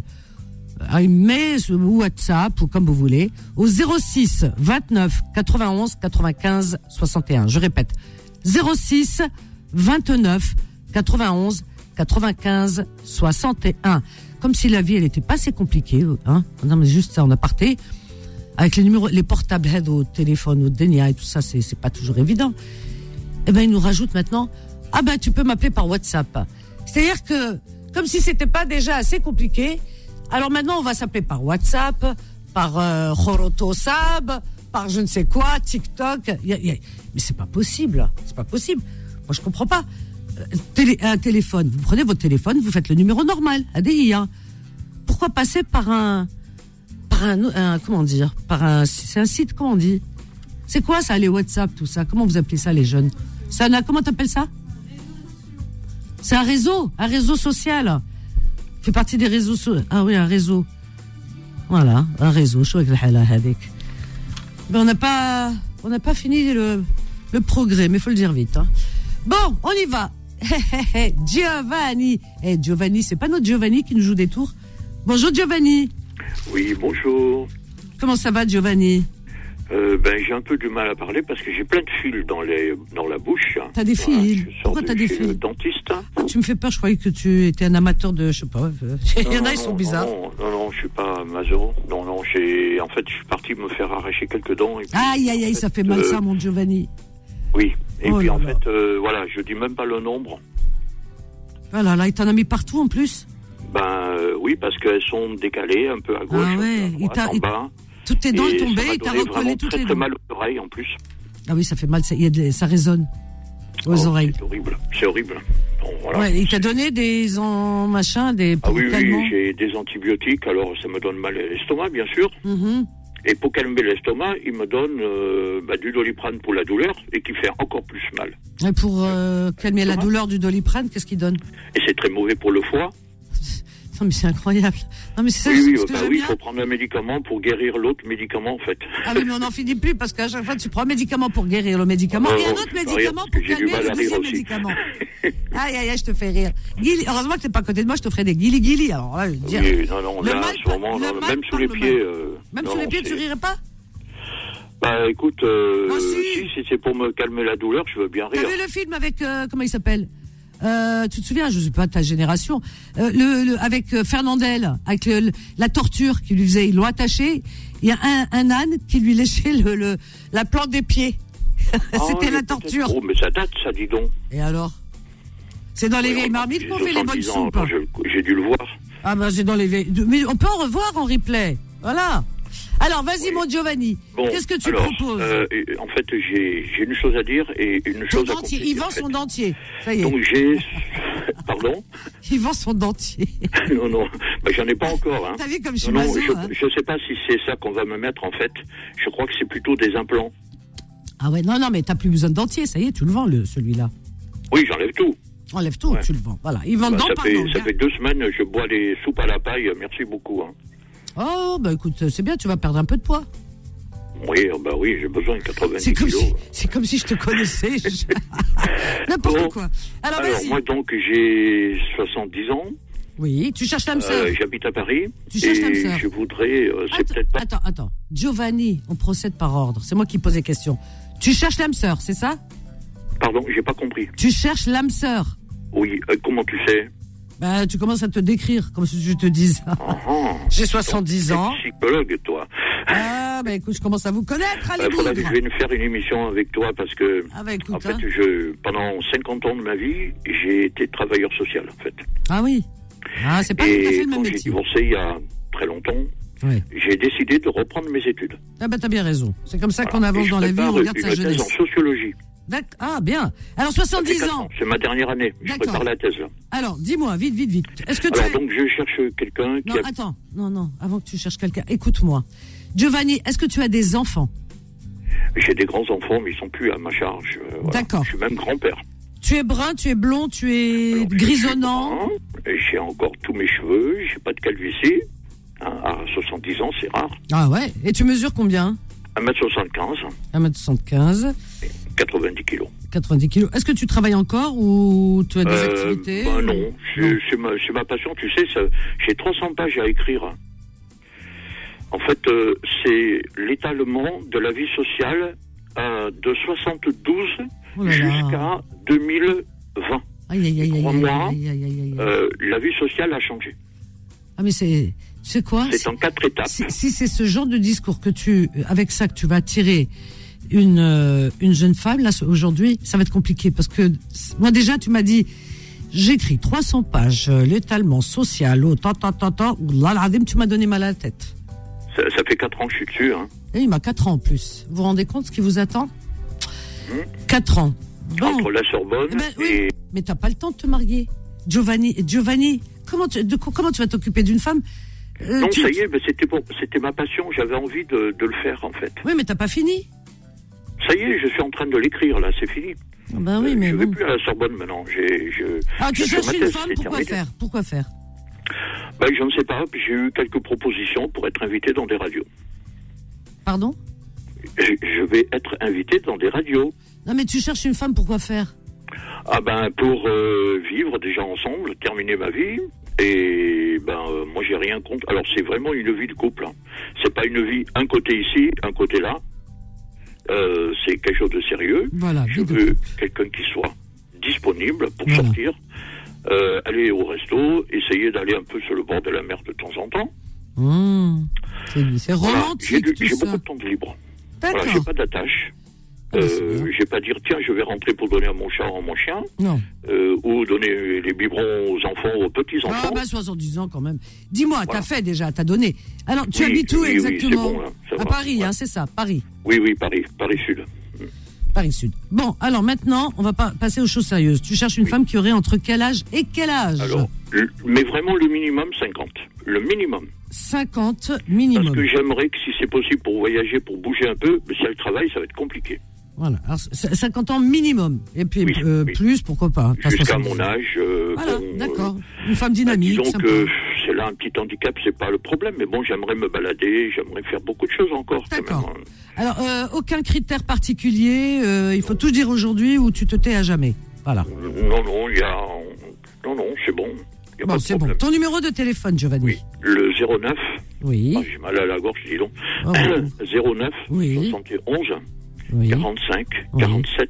Speaker 2: à une mail ou WhatsApp ou comme vous voulez, au 06 29 91 95 61. Je répète, 06 29 91 95 61. Comme si la vie, elle n'était pas assez compliquée. Hein non, mais juste ça, en aparté. Avec les numéros, les portables head au téléphone, au DNA et tout ça, c'est c'est pas toujours évident. Eh ben, il nous rajoute maintenant Ah ben, tu peux m'appeler par WhatsApp. C'est-à-dire que, comme si c'était pas déjà assez compliqué, alors maintenant, on va s'appeler par WhatsApp, par euh, Horotosab, par je ne sais quoi, TikTok. Il y a- il y a- Mais c'est pas possible. C'est pas possible. Moi, je comprends pas. Euh, télé- un téléphone, vous prenez votre téléphone, vous faites le numéro normal, ADI. hein. Pourquoi passer par un. Par un, un- comment dire Par un. C'est un site, comment on dit C'est quoi ça, les WhatsApp, tout ça Comment vous appelez ça, les jeunes Ça, n'a- Comment t'appelles ça C'est un réseau, un réseau social. Fait partie des réseaux so- Ah oui, un réseau. Voilà, un réseau. Je suis avec le hala, hadik. Ben, on n'a pas, on n'a pas fini le, le progrès, mais il faut le dire vite. hein. Bon, on y va. Hé, hé, hé, Giovanni. Eh, Giovanni, c'est pas notre Giovanni qui nous joue des tours. Bonjour Giovanni.
Speaker 6: Oui, bonjour.
Speaker 2: Comment ça va Giovanni
Speaker 6: Euh, ben, j'ai un peu du mal à parler parce que j'ai plein de fils dans, les, dans la bouche.
Speaker 2: T'as des fils
Speaker 6: je sors
Speaker 2: Pourquoi
Speaker 6: de
Speaker 2: t'as des
Speaker 6: chez
Speaker 2: fils
Speaker 6: le dentiste. hein.
Speaker 2: Tu me fais peur, je croyais que tu étais un amateur de, je sais pas, euh, il y en
Speaker 6: Non,
Speaker 2: a, ils sont
Speaker 6: non,
Speaker 2: bizarres.
Speaker 6: Non, non, non, je suis pas Mazoro. Non, non, j'ai. En fait, je suis parti me faire arracher quelques dents. et puis,
Speaker 2: Aïe, aïe,
Speaker 6: en
Speaker 2: aïe, ça fait
Speaker 6: euh,
Speaker 2: mal ça mon Giovanni.
Speaker 6: Oui. Et
Speaker 2: Oh
Speaker 6: puis,
Speaker 2: là
Speaker 6: en
Speaker 2: là.
Speaker 6: fait, euh, voilà, je dis même pas le nombre.
Speaker 2: Voilà, Oh là, il t'en a mis partout en plus.
Speaker 6: Ben, euh, oui, parce qu'elles sont décalées un peu à gauche,
Speaker 2: Ah
Speaker 6: un peu
Speaker 2: ouais,
Speaker 6: à
Speaker 2: il
Speaker 6: droite,
Speaker 2: t'a-
Speaker 6: en
Speaker 2: il-
Speaker 6: bas.
Speaker 2: Toutes tes dents
Speaker 6: Et ça
Speaker 2: tombées,
Speaker 6: m'a
Speaker 2: il t'a
Speaker 6: donné
Speaker 2: recollé
Speaker 6: vraiment
Speaker 2: toutes
Speaker 6: très,
Speaker 2: les
Speaker 6: très
Speaker 2: dents.
Speaker 6: mal aux oreilles, en plus.
Speaker 2: Ah oui, ça fait mal, ça, il y a de- ça résonne aux
Speaker 6: Oh,
Speaker 2: oreilles.
Speaker 6: C'est horrible. C'est horrible. Bon, voilà.
Speaker 2: Ouais, il t'a donné des en machin, des
Speaker 6: Ah oui,
Speaker 2: calmants.
Speaker 6: oui, j'ai des antibiotiques, alors ça me donne mal à l'estomac, bien sûr.
Speaker 2: Mhm.
Speaker 6: Et pour calmer l'estomac, il me donne euh, bah, du doliprane pour la douleur et qui fait encore plus mal.
Speaker 2: Et pour euh, calmer la
Speaker 6: Comment
Speaker 2: douleur du doliprane, qu'est-ce qu'il donne
Speaker 6: Et c'est très mauvais pour le foie.
Speaker 2: Non mais c'est incroyable. Non mais c'est ça
Speaker 6: oui, oui,
Speaker 2: ce
Speaker 6: euh,
Speaker 2: que
Speaker 6: bah
Speaker 2: j'aime
Speaker 6: oui, il
Speaker 2: bien.
Speaker 6: faut prendre un médicament pour guérir l'autre médicament, en fait.
Speaker 2: Ah oui, mais on n'en finit plus parce qu'à chaque fois tu prends un médicament pour guérir le médicament
Speaker 6: Oh,
Speaker 2: et un
Speaker 6: oh,
Speaker 2: autre
Speaker 6: je vais pas rire
Speaker 2: médicament
Speaker 6: parce
Speaker 2: pour
Speaker 6: que j'ai du
Speaker 2: calmer
Speaker 6: mal à
Speaker 2: le
Speaker 6: rire
Speaker 2: deuxième
Speaker 6: aussi.
Speaker 2: médicament. Aïe aïe aïe, je te fais rire. Guili- heureusement que t'es pas à côté de moi, je te ferais des guili guili. Alors là, je vais te dire,
Speaker 6: Oui, non, non,
Speaker 2: Le
Speaker 6: là,
Speaker 2: mal
Speaker 6: en ce
Speaker 2: par-
Speaker 6: moment,
Speaker 2: le
Speaker 6: non,
Speaker 2: mal
Speaker 6: même sous
Speaker 2: par
Speaker 6: les
Speaker 2: le
Speaker 6: pieds...
Speaker 2: mal.
Speaker 6: euh,
Speaker 2: même
Speaker 6: non,
Speaker 2: sur les
Speaker 6: non,
Speaker 2: pieds, tu
Speaker 6: c'est-
Speaker 2: rirais pas
Speaker 6: Bah écoute, euh,
Speaker 2: Ah, si.
Speaker 6: si, si c'est pour me calmer la douleur, je veux bien
Speaker 2: T'as
Speaker 6: rire.
Speaker 2: vu le film avec euh, comment il s'appelle Euh, Tu te souviens Je sais pas de ta génération. Euh, le, le- avec euh, Fernandel, avec le- le- la torture qu'il lui faisait, ils l'ont attaché. Il y a un, un âne qui lui léchait le, le- la plante des pieds.
Speaker 6: Ah,
Speaker 2: C'était
Speaker 6: oui,
Speaker 2: la
Speaker 6: peut-être.
Speaker 2: torture.
Speaker 6: Oh, mais ça date, ça, dis donc.
Speaker 2: Et alors C'est dans les vieilles marmites
Speaker 6: J'ai
Speaker 2: qu'on fait les bonnes
Speaker 6: 70 ans,
Speaker 2: soupes.
Speaker 6: alors je- J'ai dû le voir.
Speaker 2: Ah ben c'est dans les vieilles. Mais on peut en revoir en replay. Voilà. Alors vas-y
Speaker 6: Oui.
Speaker 2: mon Giovanni.
Speaker 6: Bon,
Speaker 2: Qu'est-ce que tu
Speaker 6: alors,
Speaker 2: proposes
Speaker 6: euh, et- En fait, j'ai j'ai une chose à dire et une
Speaker 2: Ton
Speaker 6: chose à
Speaker 2: dentier.
Speaker 6: conseiller,
Speaker 2: Il vend
Speaker 6: en fait.
Speaker 2: son dentier. Ça y est.
Speaker 6: Donc j'ai... Pardon
Speaker 2: Il vend son dentier.
Speaker 6: Non, non, bah, j'en ai pas encore. Hein.
Speaker 2: T'as vu comme je suis
Speaker 6: Non, non,
Speaker 2: maso,
Speaker 6: je
Speaker 2: hein
Speaker 6: je sais pas si c'est ça qu'on va me mettre en fait. Je crois que c'est plutôt des implants.
Speaker 2: Ah ouais, non, non, mais t'as plus besoin de dentier, ça y est, tu le vends, le, celui-là.
Speaker 6: Oui, j'enlève tout.
Speaker 2: Enlève tout,
Speaker 6: Ouais.
Speaker 2: tu le vends. Voilà, il vend
Speaker 6: Bah,
Speaker 2: dent
Speaker 6: ça,
Speaker 2: par
Speaker 6: fait,
Speaker 2: dent.
Speaker 6: ça
Speaker 2: hein.
Speaker 6: fait deux semaines, je bois les soupes à la paille. Merci beaucoup. Hein.
Speaker 2: Oh, bah écoute, euh, c'est bien, tu vas perdre un peu de poids.
Speaker 6: Oui, bah oui, j'ai besoin de 90
Speaker 2: C'est comme,
Speaker 6: kilos.
Speaker 2: si, c'est comme si je te connaissais. je- N'importe
Speaker 6: Bon.
Speaker 2: quoi. Alors,
Speaker 6: Alors
Speaker 2: vas-y.
Speaker 6: moi donc j'ai 70 ans,
Speaker 2: Oui, tu cherches l'âme sœur.
Speaker 6: euh, j'habite à Paris
Speaker 2: Tu cherches ta
Speaker 6: et
Speaker 2: sœur.
Speaker 6: je voudrais, euh, c'est
Speaker 2: Attends,
Speaker 6: peut-être pas
Speaker 2: attends, attends. Giovanni, on procède par ordre. C'est moi qui pose les questions. Tu cherches l'âme sœur, c'est ça
Speaker 6: Pardon, j'ai pas compris.
Speaker 2: Tu cherches l'âme sœur.
Speaker 6: Oui, euh, comment tu sais
Speaker 2: Bah, tu commences à te décrire, comme si je te disais.
Speaker 6: Ah, ah,
Speaker 2: J'ai 70 ans.
Speaker 6: Psychologue, toi. Hein
Speaker 2: Ah, bah écoute, je commence à vous connaître, allez,
Speaker 6: Il faudrait que
Speaker 2: bougre.
Speaker 6: je vienne faire une émission avec toi parce que
Speaker 2: Ah, bah
Speaker 6: En
Speaker 2: écoute,
Speaker 6: fait,
Speaker 2: hein.
Speaker 6: je, pendant 50 ans de ma vie, j'ai été travailleur social, en fait.
Speaker 2: Ah oui. Ah, c'est pas tout à fait
Speaker 6: Et
Speaker 2: le même
Speaker 6: quand j'ai
Speaker 2: métier.
Speaker 6: divorcé il y a très longtemps,
Speaker 2: Ouais.
Speaker 6: j'ai décidé de reprendre mes études.
Speaker 2: Ah bah t'as bien raison. C'est comme ça qu'on
Speaker 6: Voilà. Et
Speaker 2: avance
Speaker 6: je
Speaker 2: dans la vie, on
Speaker 6: prépare
Speaker 2: regarde
Speaker 6: une
Speaker 2: sa
Speaker 6: thèse
Speaker 2: jeunesse.
Speaker 6: en sociologie.
Speaker 2: D'ac- Ah, bien. Alors, 70
Speaker 6: Quatre
Speaker 2: ans.
Speaker 6: ans. C'est ma dernière année. Je
Speaker 2: D'accord.
Speaker 6: prépare la thèse. là.
Speaker 2: Alors, dis-moi, vite, vite, vite. Est-ce que tu
Speaker 6: Alors
Speaker 2: es-
Speaker 6: donc euh, je cherche quelqu'un qui
Speaker 2: Non, ah.
Speaker 6: a...
Speaker 2: attends. Non, non, avant que tu cherches quelqu'un, écoute-moi. Giovanni, est-ce que tu as des enfants
Speaker 6: J'ai des grands-enfants, mais ils sont plus à ma charge. euh, voilà.
Speaker 2: D'accord.
Speaker 6: Je suis même grand-père.
Speaker 2: Tu es brun, tu es blond, tu es
Speaker 6: Alors, je suis
Speaker 2: grisonnant.
Speaker 6: brun, Hein, et J'ai encore tous mes cheveux, j'ai pas de calvitie. Hein, À 70 ans, c'est rare.
Speaker 2: Ah ouais Et tu mesures combien
Speaker 6: 1m75,
Speaker 2: 1m75,
Speaker 6: 90 kilos.
Speaker 2: 90 kg. Est-ce que tu travailles encore ou tu as des
Speaker 6: Euh,
Speaker 2: activités
Speaker 6: ben non, c'est-
Speaker 2: Non.
Speaker 6: c'est ma, c'est ma passion, tu sais, ça- j'ai 300 pages à écrire. En fait, euh, c'est l'étalement de la vie sociale euh, de 72
Speaker 2: Oh là là.
Speaker 6: jusqu'à 2020.
Speaker 2: Aïe, aïe, aïe, aïe, aïe,
Speaker 6: Crois-moi,
Speaker 2: aïe, aïe, aïe, aïe.
Speaker 6: Euh, la vie sociale a changé.
Speaker 2: Ah mais c'est... Tu sais quoi
Speaker 6: C'est en quatre étapes.
Speaker 2: si, si c'est ce genre de discours que tu, avec ça que tu vas attirer une euh, une jeune femme là aujourd'hui, ça va être compliqué parce que c'est- moi déjà tu m'as dit j'écris 300 pages euh, l'étalement social, oh, tant tant tant tant, oulah, l'azim, tu m'as donné mal à la tête.
Speaker 6: Ça, ça fait 4 ans que je suis dessus. Hein.
Speaker 2: Et il m'a 4 ans en plus. Vous vous rendez compte ce qui vous attend
Speaker 6: Hmm.
Speaker 2: 4 ans. Bon,
Speaker 6: Entre la Sorbonne
Speaker 2: Eh ben, oui.
Speaker 6: et
Speaker 2: mais t'as pas le temps de te marier. Giovanni, Giovanni, comment tu, de, comment tu vas t'occuper d'une femme Euh,
Speaker 6: Non,
Speaker 2: tu-
Speaker 6: ça y est, ben, c'était pour- c'était ma passion, j'avais envie de, de le faire en fait.
Speaker 2: Oui, mais t'as pas fini.
Speaker 6: Ça y est, je suis en train de l'écrire là, c'est fini.
Speaker 2: Ah Ben oui,
Speaker 6: Euh,
Speaker 2: mais
Speaker 6: je vais
Speaker 2: bon.
Speaker 6: plus à la Sorbonne maintenant. J'ai, je,
Speaker 2: Ah, tu
Speaker 6: je
Speaker 2: cherches
Speaker 6: fais ma
Speaker 2: une
Speaker 6: thèse,
Speaker 2: femme,
Speaker 6: c'est
Speaker 2: pourquoi
Speaker 6: terminé.
Speaker 2: faire Pourquoi faire
Speaker 6: Ben, Je ne sais pas, j'ai eu quelques propositions pour être invité dans des radios.
Speaker 2: Pardon
Speaker 6: Je, je vais être invité dans des radios.
Speaker 2: Non, mais tu cherches une femme, pourquoi faire
Speaker 6: Ah ben, pour euh, vivre déjà ensemble, terminer ma vie. Et ben, euh, moi, j'ai rien contre. Alors, c'est vraiment une vie de couple. hein. C'est pas une vie un côté ici, un côté là. Euh, c'est quelque chose de sérieux.
Speaker 2: Voilà,
Speaker 6: Je
Speaker 2: vie de
Speaker 6: veux quelqu'un qui soit disponible pour
Speaker 2: Voilà.
Speaker 6: sortir, euh, aller au resto, essayer d'aller un peu sur le bord de la mer de temps en temps.
Speaker 2: Hum, c'est- C'est
Speaker 6: Voilà. J'ai
Speaker 2: romantique
Speaker 6: du-
Speaker 2: tout
Speaker 6: j'ai
Speaker 2: ça.
Speaker 6: beaucoup de temps de libre.
Speaker 2: D'accord.
Speaker 6: Voilà, j'ai pas d'attache.
Speaker 2: Ah, bah, c'est
Speaker 6: Euh,
Speaker 2: bien.
Speaker 6: j'ai pas dire tiens je vais rentrer pour donner à mon chat à mon chien
Speaker 2: Non.
Speaker 6: euh, ou donner les biberons aux enfants aux petits
Speaker 2: Ah,
Speaker 6: enfants.
Speaker 2: bah 70 ans quand même. Dis-moi, t'as
Speaker 6: Voilà.
Speaker 2: fait déjà, t'as donné. Alors, tu
Speaker 6: Oui,
Speaker 2: habites où
Speaker 6: oui, oui, c'est
Speaker 2: exactement
Speaker 6: bon, là, ça
Speaker 2: À
Speaker 6: va,
Speaker 2: Paris,
Speaker 6: ouais.
Speaker 2: hein, c'est ça, Paris.
Speaker 6: Oui oui Paris Paris Sud.
Speaker 2: Paris Sud. Bon, alors maintenant, on va pas passer aux choses sérieuses. Tu cherches une femme qui aurait entre quel âge et quel âge
Speaker 6: Alors le- mais vraiment le minimum 50 le minimum
Speaker 2: 50
Speaker 6: parce
Speaker 2: minimum.
Speaker 6: que j'aimerais que si c'est possible pour voyager pour bouger un peu mais si elle travaille ça va être compliqué
Speaker 2: Voilà. Alors, c- 50 ans minimum. Et puis
Speaker 6: Oui,
Speaker 2: euh,
Speaker 6: oui.
Speaker 2: plus, pourquoi pas. pas
Speaker 6: jusqu'à
Speaker 2: 70.
Speaker 6: mon âge. euh,
Speaker 2: Voilà,
Speaker 6: bon, euh,
Speaker 2: d'accord. Une femme
Speaker 6: bah,
Speaker 2: dynamique.
Speaker 6: disons
Speaker 2: sympa.
Speaker 6: que c'est là un petit handicap c'est pas le problème mais bon j'aimerais me balader j'aimerais faire beaucoup de choses encore. quand même,
Speaker 2: D'accord.
Speaker 6: hein.
Speaker 2: Alors, euh, aucun critère particulier, euh, il faut tout dire aujourd'hui ou tu te tais à jamais. Voilà.
Speaker 6: hein. Non non il y a non non c'est bon. Il y a pas
Speaker 2: Bon,
Speaker 6: de
Speaker 2: c'est bon.
Speaker 6: problème.
Speaker 2: Ton numéro de téléphone, Giovanni
Speaker 6: Oui, le 09,
Speaker 2: Oui.
Speaker 6: ah, j'ai mal à la gorge, dis donc.
Speaker 2: Ah bon.
Speaker 6: 09
Speaker 2: Oui.
Speaker 6: 71
Speaker 2: oui.
Speaker 6: 45
Speaker 2: Oui.
Speaker 6: 47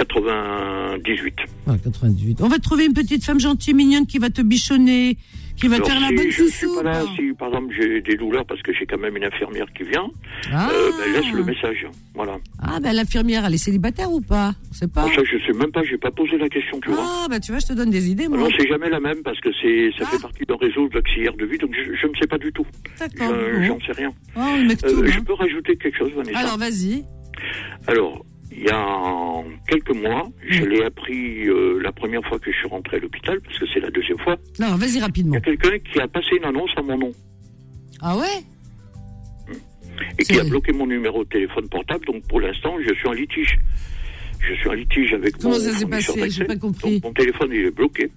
Speaker 6: 98.
Speaker 2: Ah, 98. On va te trouver une petite femme gentille, mignonne qui va te bichonner, qui va te
Speaker 6: Alors,
Speaker 2: faire
Speaker 6: si
Speaker 2: la bonne
Speaker 6: je suis
Speaker 2: soussou.
Speaker 6: pas là, si par exemple j'ai des douleurs parce que j'ai quand même une infirmière qui vient,
Speaker 2: Ah,
Speaker 6: euh, ben, laisse le message. Voilà.
Speaker 2: Ah, ben, l'infirmière, elle est célibataire ou pas On sait pas.
Speaker 6: Bon, ça, je sais même pas, j'ai pas posé la question, tu vois.
Speaker 2: Ah, ben tu vois, je te donne des idées, moi.
Speaker 6: Alors c'est jamais la même parce que c'est ça
Speaker 2: Ah.
Speaker 6: fait partie d'un réseau d'auxiliaires de vie, donc je, je ne sais pas du tout. Je-
Speaker 2: D'accord.
Speaker 6: J'en
Speaker 2: Ah bon.
Speaker 6: sais rien.
Speaker 2: Oh, le mec
Speaker 6: Euh,
Speaker 2: tout.
Speaker 6: je peux rajouter quelque chose, Vanessa
Speaker 2: Alors, vas-y.
Speaker 6: Alors, il y a quelques mois, je
Speaker 2: Oui.
Speaker 6: l'ai appris euh, la première fois que je suis rentré à l'hôpital, parce que c'est la deuxième fois.
Speaker 2: Non, vas-y
Speaker 6: Il y
Speaker 2: rapidement.
Speaker 6: a quelqu'un qui a passé une annonce à mon nom
Speaker 2: Ah ouais
Speaker 6: et qui
Speaker 2: C'est-
Speaker 6: a bloqué mon numéro de téléphone portable. Donc, pour l'instant, je suis en litige. Je suis en litige avec
Speaker 2: Comment
Speaker 6: mon
Speaker 2: ça s'est
Speaker 6: fournisseur
Speaker 2: passé J'ai
Speaker 6: d'accès.
Speaker 2: pas compris.
Speaker 6: Donc, mon téléphone, il est bloqué.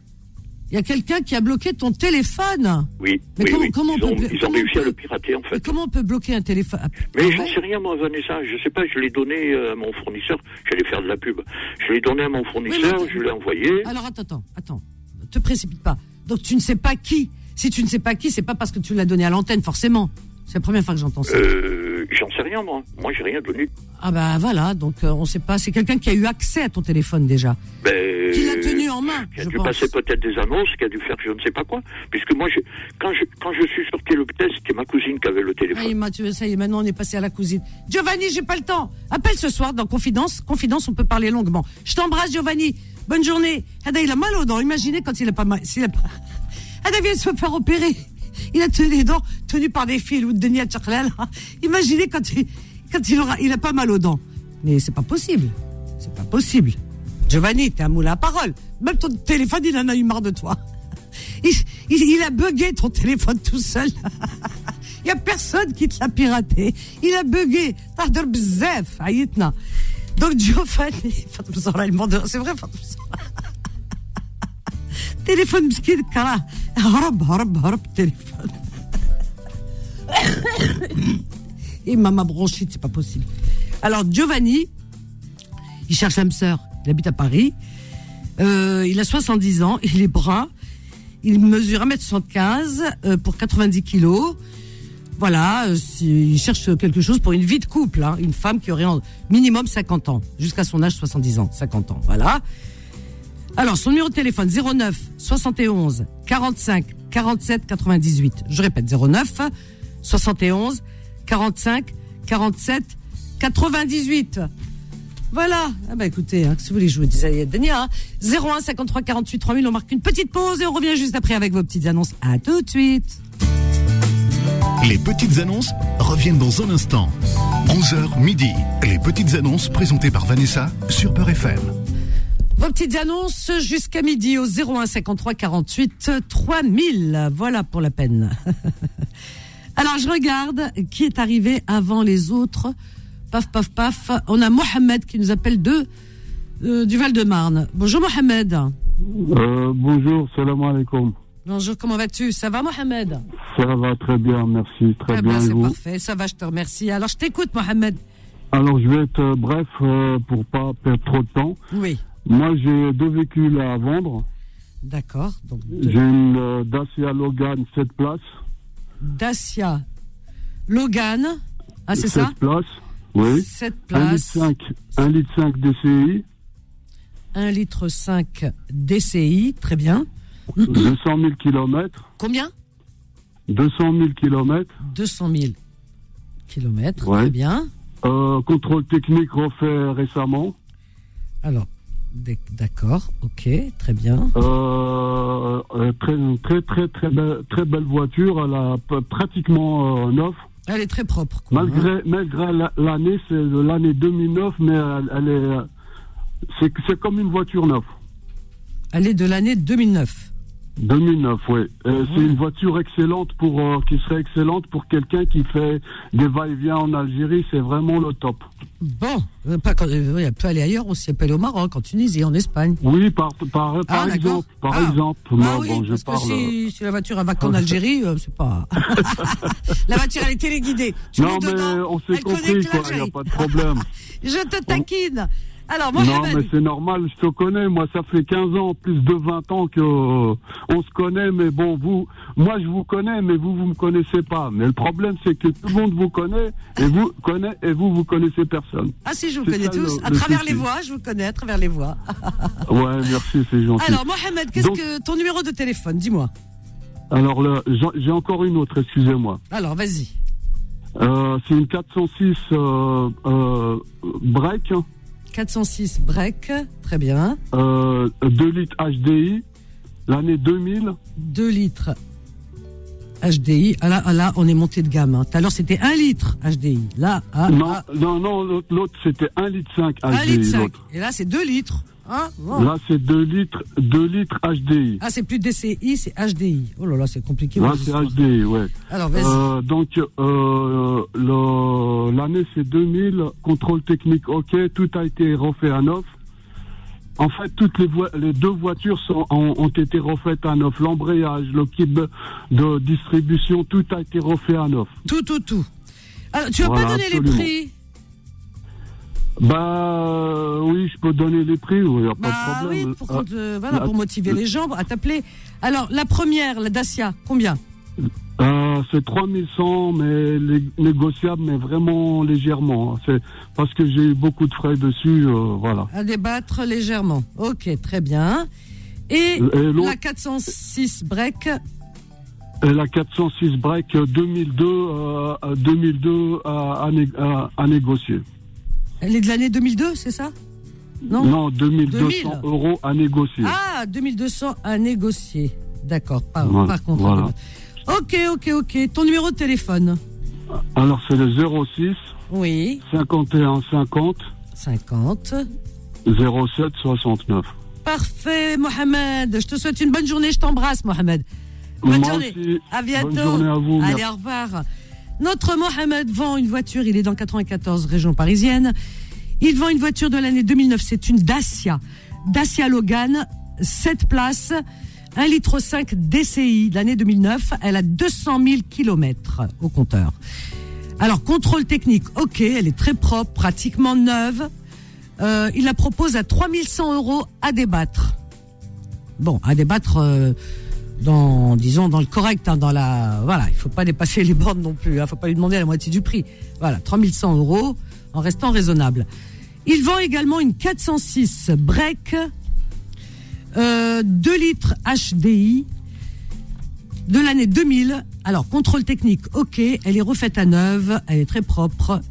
Speaker 2: Il y a quelqu'un qui a bloqué ton téléphone.
Speaker 6: Oui,
Speaker 2: Mais
Speaker 6: oui,
Speaker 2: comment-
Speaker 6: oui.
Speaker 2: comment
Speaker 6: ils
Speaker 2: on
Speaker 6: ont,
Speaker 2: peut-
Speaker 6: ils ont
Speaker 2: comment on
Speaker 6: réussi à
Speaker 2: peut-
Speaker 6: le pirater, en
Speaker 2: Mais
Speaker 6: fait.
Speaker 2: comment on peut bloquer un téléphone Ah,
Speaker 6: Mais
Speaker 2: ah
Speaker 6: je
Speaker 2: ouais
Speaker 6: sais rien, moi, Vanessa. Je sais pas, je l'ai donné euh, à mon fournisseur. J'allais faire de la pub. Je l'ai donné à mon fournisseur,
Speaker 2: attends.
Speaker 6: je l'ai envoyé.
Speaker 2: Alors attends, attends, attends. Ne te précipite pas. Donc tu ne sais pas qui. Si tu ne sais pas qui, c'est pas parce que tu l'as donné à l'antenne, forcément. C'est la première fois que j'entends ça.
Speaker 6: Euh, J'en sais rien, moi. Moi, j'ai rien donné.
Speaker 2: Ah bah voilà, donc euh, on sait pas. C'est quelqu'un qui a eu accès à ton téléphone déjà.
Speaker 6: Ben,
Speaker 2: Qui l'a tenu en main,
Speaker 6: qui a
Speaker 2: je
Speaker 6: dû
Speaker 2: pense.
Speaker 6: passer peut-être des annonces, qui a dû faire je ne sais pas quoi. Puisque moi, je, quand, je, quand je suis sorti l'hôpital, c'était ma cousine qui avait le
Speaker 2: Ah, il
Speaker 6: téléphone.
Speaker 2: m'a tué, ça y est, maintenant on est passé à la cousine. Giovanni, j'ai pas le temps. Appelle ce soir dans Confidence. Confidence, on peut parler longuement. Je t'embrasse, Giovanni. Bonne journée. Ada, il a mal aux dents. Imaginez quand il a pas mal. S'il a pas... Ada vient de se faire opérer. Il a tenu les dents tenues par des fils ou de Denis Atchaklal. Imaginez quand il, quand il aura, il a pas mal aux dents. Mais c'est pas possible. C'est pas possible. Giovanni, t'es un moulin à parole. Même ton téléphone, il en a eu marre de toi. Il, il- il a bugué ton téléphone tout seul. Il y a personne qui te l'a piraté. Il a bugué. تهدر بزاف عيطنا. Donc Giovanni, Fatou Bzoura, elle demande- c'est vrai Fatou Bzoura. Téléphone مسكين كراه. هرب هرب هرب téléphone. Et maman bronchite, c'est pas possible. Alors Giovanni, il cherche l'âme sœur. Il habite à Paris. Euh, il a 70 ans, il est brun. Il mesure 1m75 euh, pour 90 kilos. Voilà, euh, si- il cherche quelque chose pour une vie de couple. hein, une femme qui aurait en minimum 50 ans, jusqu'à son âge 70 ans. 50 ans, voilà. Alors, son numéro de téléphone, 09 71 45 47 98. Je répète, 09 71 45 47 98. Voilà. Ah bah écoutez, hein, si vous voulez jouer des années Dania, hein. 01 53 48 3000, on marque une petite pause et on revient juste après avec vos petites annonces. À tout de suite.
Speaker 1: Les petites annonces reviennent dans un instant. 11h midi. Les petites annonces présentées par Vanessa sur Peur FM.
Speaker 2: Vos petites annonces jusqu'à midi au 01 53 48 3000. Voilà pour la peine. Alors je regarde qui est arrivé avant les autres. Paf paf paf. On a Mohamed qui nous appelle de euh, du Val-de-Marne. Bonjour Mohamed.
Speaker 5: Euh, bonjour, salam alaikum.
Speaker 2: Bonjour, comment vas-tu Ça va Mohamed
Speaker 5: Ça va très bien, merci. Très
Speaker 2: Eh
Speaker 5: bien, et
Speaker 2: c'est
Speaker 5: vous
Speaker 2: parfait. Ça va, je te remercie. Alors, je t'écoute, Mohamed.
Speaker 5: Alors, je vais être euh, bref euh, pour pas perdre trop de temps.
Speaker 2: Oui.
Speaker 5: Moi, j'ai deux véhicules à vendre.
Speaker 2: D'accord. Donc, de-
Speaker 5: J'ai une euh, Dacia Logan 7 places.
Speaker 2: Dacia, Logan. Ah, c'est
Speaker 5: 7
Speaker 2: ça
Speaker 5: places, oui.
Speaker 2: 7
Speaker 5: 1,5
Speaker 2: places,
Speaker 5: litre, 1 litre 5 DCI,
Speaker 2: 1 litre 5 DCI. Très bien. Mm-hmm.
Speaker 5: 200 000 km.
Speaker 2: Combien
Speaker 5: 200 000 km.
Speaker 2: 200 000 kilomètres.
Speaker 5: Ouais.
Speaker 2: Très bien.
Speaker 5: Euh, contrôle technique refait récemment.
Speaker 2: Alors, d'ac- d'accord. Ok, très bien.
Speaker 5: Euh, euh, très, très, très, très, belle, très belle voiture. Elle a p- pratiquement euh, neuf.
Speaker 2: Elle est très propre. quoi, hein.
Speaker 5: Malgré, malgré la- l'année, c'est de l'année 2009, mais elle, elle est, euh, c'est, c'est comme une voiture neuve.
Speaker 2: Elle est de l'année 2009.
Speaker 5: 2009, oui. Euh, C'est une voiture excellente pour, euh, qui serait excellente pour quelqu'un qui fait des va-et-vient en Algérie. C'est vraiment le top.
Speaker 2: Bon, euh, pas quand- euh, oui, elle peut aller ailleurs aussi. Elle peut aller au Maroc, en Tunisie, en Espagne.
Speaker 5: Oui, par, par, par
Speaker 2: Ah, d'accord.
Speaker 5: exemple, par
Speaker 2: Ah.
Speaker 5: exemple.
Speaker 2: Ah
Speaker 5: Non,
Speaker 2: oui,
Speaker 5: bon, je
Speaker 2: parce
Speaker 5: parle.
Speaker 2: que si, si la voiture elle va qu'en Algérie, euh, c'est pas. la voiture, elle est téléguidée. Tu
Speaker 5: non,
Speaker 2: mets
Speaker 5: mais
Speaker 2: dedans,
Speaker 5: on s'est
Speaker 2: elle
Speaker 5: compris,
Speaker 2: connecte
Speaker 5: quoi. Il n'y
Speaker 2: l'Algérie.
Speaker 5: a pas de problème.
Speaker 2: Je te taquine. Alors,
Speaker 5: Non, mais
Speaker 2: Mohamed,
Speaker 5: c'est normal, je te connais. Moi, ça fait 15 ans, plus de 20 ans que euh, on se connaît, mais bon, vous, moi, je vous connais, mais vous, vous me connaissez pas. Mais le problème, c'est que tout le monde vous connaît et vous connaît et vous, vous connaissez personne.
Speaker 2: ah si, je vous
Speaker 5: c'est
Speaker 2: connais
Speaker 5: ça le-
Speaker 2: tous, à
Speaker 5: le
Speaker 2: travers
Speaker 5: souci.
Speaker 2: les voix, je vous connais, à travers les voix.
Speaker 5: Ouais, merci, c'est gentil.
Speaker 2: Alors, Mohamed, qu'est-ce
Speaker 5: Donc-
Speaker 2: que ton numéro de téléphone Dis-moi.
Speaker 5: Alors, là, j'en- j'ai encore une autre, excusez-moi.
Speaker 2: Alors, vas-y.
Speaker 5: Euh, c'est une 406 euh, euh, break,
Speaker 2: 406 break, très bien.
Speaker 5: euh, 2 litres HDI, l'année 2000.
Speaker 2: 2 litres HDI. Ah là, ah là, on est monté de gamme. hein. Tout à l'heure, c'était 1 litre HDI. Là, ah,
Speaker 5: non,
Speaker 2: ah,
Speaker 5: non, non, l'autre, l'autre, c'était 1 litre 5
Speaker 2: 1
Speaker 5: HDI.
Speaker 2: litre 5.
Speaker 5: l'autre.
Speaker 2: Et là, c'est 2 litres. Hein Bon.
Speaker 5: Là, c'est 2 litres, 2 litres HDI.
Speaker 2: Ah, c'est plus DCI, c'est HDI. Oh là là, c'est compliqué.
Speaker 5: Là,
Speaker 2: vos
Speaker 5: c'est
Speaker 2: histoires.
Speaker 5: HDI, ouais.
Speaker 2: Alors, vas-y.
Speaker 5: Euh, donc, euh, le- l'année, c'est 2000. Contrôle technique, OK. Tout a été refait à neuf. En fait, toutes les, voi- les deux voitures sont, ont, ont été refaites à neuf. L'embrayage, le kit de, de distribution, tout a été refait à neuf.
Speaker 2: Tout, tout, tout. Alors, tu vas
Speaker 5: Voilà,
Speaker 2: pas donner
Speaker 5: absolument.
Speaker 2: les prix
Speaker 5: Bah oui, je peux donner les prix, il n'y a pas
Speaker 2: Bah
Speaker 5: de
Speaker 2: oui,
Speaker 5: problème.
Speaker 2: pour,
Speaker 5: Euh,
Speaker 2: quand, euh, voilà,
Speaker 5: là,
Speaker 2: pour motiver les gens à t'appeler. Alors, la première, la Dacia, combien
Speaker 5: Euh, c'est 3100, mais lé- négociable, mais vraiment légèrement. hein. C'est parce que j'ai eu beaucoup de frais dessus, euh, voilà.
Speaker 2: À débattre légèrement. Ok, très bien. Et
Speaker 5: Et l'autre,
Speaker 2: la 406 break,
Speaker 5: et la 406 break euh, 2002, euh, euh, 2002 à, à né- à- à négocier.
Speaker 2: elle est de l'année 2002, c'est ça Non
Speaker 5: Non, 2200
Speaker 2: 2000.
Speaker 5: euros à négocier.
Speaker 2: Ah, 2200 à négocier. D'accord, par,
Speaker 5: Voilà,
Speaker 2: par contre.
Speaker 5: voilà.
Speaker 2: Ok, ok, ok. Ton numéro de téléphone
Speaker 5: Ah. Alors c'est le 06
Speaker 2: Oui,
Speaker 5: 51 50
Speaker 2: 50
Speaker 7: 07 69.
Speaker 2: Parfait, Mohamed. Je te souhaite une bonne journée. Je t'embrasse, Mohamed. Bonne
Speaker 7: Moi
Speaker 2: journée.
Speaker 7: aussi.
Speaker 2: À bientôt.
Speaker 7: Bonne journée à vous.
Speaker 2: Allez,
Speaker 7: Merci.
Speaker 2: au revoir. Notre Mohamed vend une voiture. Il est dans 94, région parisienne. Il vend une voiture de l'année 2009. C'est une Dacia. Dacia Logan, 7 places, 1,5 litre DCI de l'année 2009. Elle a 200 000 kilomètres au compteur. Alors, contrôle technique, ok, elle est très propre, pratiquement neuve. Euh, il la propose à 3100 euros à débattre. Bon, à débattre euh, dans, disons, dans le correct, hein, dans la, voilà, il faut pas dépasser les bornes non plus. Il faut pas lui demander la moitié du prix. Voilà, 3100 euros en restant raisonnable. Il vend également une 406 break, euh, 2 litres HDI, de l'année 2000. Alors, contrôle technique, ok, elle est refaite à neuve, elle est très propre.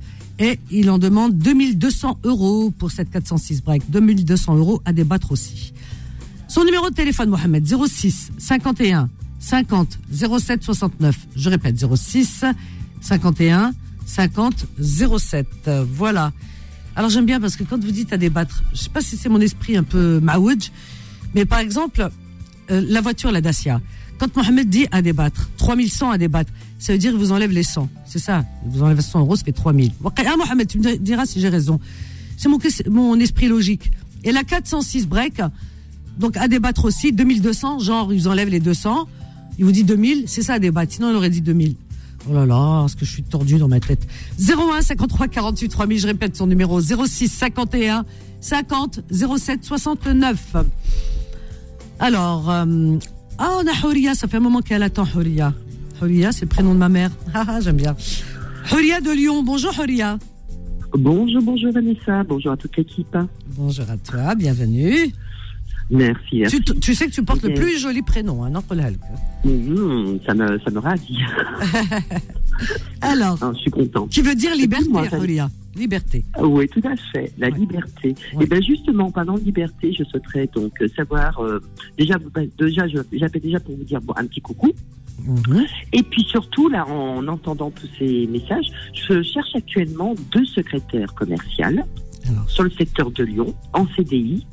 Speaker 2: Et il en demande 2200 euros pour cette 406 break. 2200 euros à débattre aussi. Son numéro de téléphone, Mohamed, 06 51 50 07 69. Je répète, 06 51 50 07. Euh, Voilà. Alors j'aime bien parce que quand vous dites à débattre, je sais pas si c'est mon esprit un peu maouj, mais par exemple, euh, la voiture, la Dacia. Quand Mohamed dit à débattre, 3100 à débattre, ça veut dire qu'il vous enlève les 100. C'est ça. Il vous enlève 100 euros, ça fait 3000. Ah, Mohamed, tu me diras si j'ai raison. C'est mon, mon esprit logique. Et la 406 break, donc à débattre aussi, 2200, genre ils enlèvent les 200, il vous dit 2000, c'est ça à débattre, sinon il aurait dit 2000. Oh là là, est-ce que je suis tordu dans ma tête 01 53 48 3000, je répète son numéro, 06 51 50 07 69. Alors, euh, ah on a Houria, ça fait un moment qu'elle attend Houria. Houria, c'est le prénom de ma mère, Ah, ah, j'aime bien. Houria de Lyon, bonjour Houria.
Speaker 8: Bonjour, bonjour Vanessa, bonjour à toute l'équipe.
Speaker 2: Bonjour à toi, bienvenue.
Speaker 8: Merci.
Speaker 2: Tu, tu sais que tu portes le
Speaker 8: Ok.
Speaker 2: plus joli prénom, hein, non, Colal
Speaker 8: Mhm, ça, me, ça me ravit.
Speaker 2: Alors,
Speaker 8: Ah, je suis contente.
Speaker 2: Qui veut dire liberté,
Speaker 8: Dis-moi, Fanny.
Speaker 2: Aulia. Liberté.
Speaker 8: Oui, tout à fait. La
Speaker 2: Ouais.
Speaker 8: liberté.
Speaker 2: Ouais.
Speaker 8: Et bien justement, en parlant de liberté, je souhaiterais donc euh, savoir, euh, déjà, bah, déjà je- j'appelle déjà pour vous dire bon, un petit coucou. Et puis surtout, là, en entendant tous ces messages, je cherche actuellement deux secrétaires commerciales
Speaker 2: Alors.
Speaker 8: sur le secteur de Lyon, en CDI,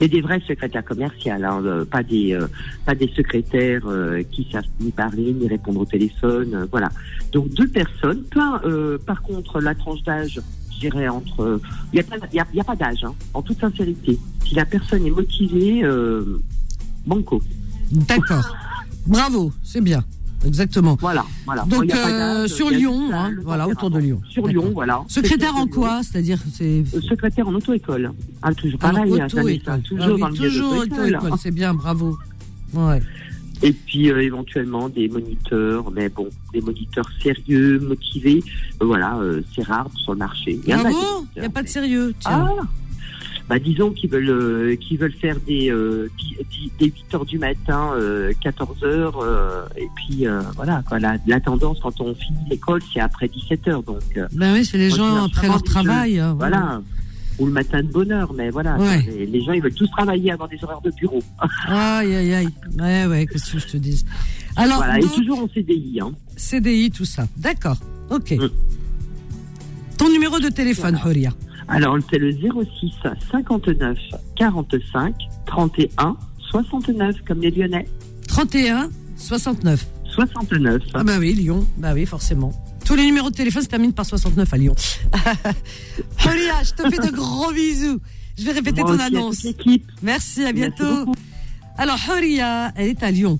Speaker 8: mais des vrais secrétaires commerciales, hein, euh, pas, des, euh, pas des secrétaires euh, qui savent ni parler, ni répondre au téléphone, euh, voilà. Donc deux personnes. Plein, euh, par contre, la tranche d'âge, je dirais entre... euh, Il n'y a, pas- il y a- il y a pas d'âge, hein, en toute sincérité. Si la personne est motivée, euh, banco.
Speaker 2: D'accord. Bravo, c'est bien. Exactement.
Speaker 8: Voilà, voilà.
Speaker 2: Donc,
Speaker 8: Ah, Il y a pas
Speaker 2: euh,
Speaker 8: d'âge,
Speaker 2: sur
Speaker 8: il y a
Speaker 2: Lyon,
Speaker 8: juste,
Speaker 2: hein,
Speaker 8: le
Speaker 2: voilà,
Speaker 8: tempérament.
Speaker 2: autour de Lyon.
Speaker 8: Sur
Speaker 2: D'accord.
Speaker 8: Lyon, voilà.
Speaker 2: Secrétaire en
Speaker 8: de Lyon.
Speaker 2: quoi C'est-à-dire, c'est.
Speaker 8: Euh, Secrétaire en auto-école. Ah, toujours
Speaker 2: Alors,
Speaker 8: pareil, hein,
Speaker 2: auto-école.
Speaker 8: j'avais ça,
Speaker 2: Ah oui,
Speaker 8: toujours dans le milieu
Speaker 2: toujours
Speaker 8: d'auto-école.
Speaker 2: auto-école, c'est bien, bravo. Ah Ouais.
Speaker 8: Et puis euh, éventuellement des moniteurs, mais bon, des moniteurs sérieux, motivés. Euh, voilà, euh, c'est rare sur le marché. Il y en a
Speaker 2: Bravo,
Speaker 8: des
Speaker 2: il
Speaker 8: moniteurs,
Speaker 2: n'y a pas de
Speaker 8: mais-
Speaker 2: sérieux. Tiens.
Speaker 8: Ah bah, disons qu'ils veulent euh, qu'ils veulent faire des, euh, dix- dix- des 8 heures du matin, euh, 14 heures, euh, et puis euh, voilà quoi. La, la tendance quand on finit l'école, c'est après 17 heures, donc euh,
Speaker 2: Ben oui, c'est les
Speaker 8: Moi, je
Speaker 2: gens
Speaker 8: viens
Speaker 2: après
Speaker 8: vraiment
Speaker 2: leur
Speaker 8: du jeu.
Speaker 2: travail. euh,
Speaker 8: voilà. Ou le matin de bonheur, mais voilà.
Speaker 2: Ouais.
Speaker 8: Les, les gens, ils veulent tous travailler avant des horaires de bureau.
Speaker 2: Aïe, aïe, aïe. Ouais, ouais, qu'est-ce que je te dis Alors,
Speaker 8: voilà.
Speaker 2: Ah, donc,
Speaker 8: Et toujours en CDI, hein.
Speaker 2: CDI, tout ça. D'accord, ok.
Speaker 8: Mm.
Speaker 2: Ton numéro de téléphone,
Speaker 8: Voilà.
Speaker 2: Horia.
Speaker 8: Alors, c'est le 06 59 45 31 69, comme les Lyonnais.
Speaker 2: 31 69.
Speaker 8: 69.
Speaker 2: Ah bah oui, Lyon. Bah oui, forcément. Tous les numéros de téléphone se terminent par 69 à Lyon. Julia, je te fais de gros bisous. Je vais répéter ton
Speaker 8: Moi aussi, à toute
Speaker 2: annonce.
Speaker 8: l'équipe.
Speaker 2: Merci, à
Speaker 8: Merci
Speaker 2: bientôt.
Speaker 8: beaucoup.
Speaker 2: Alors, Horia, elle est à Lyon.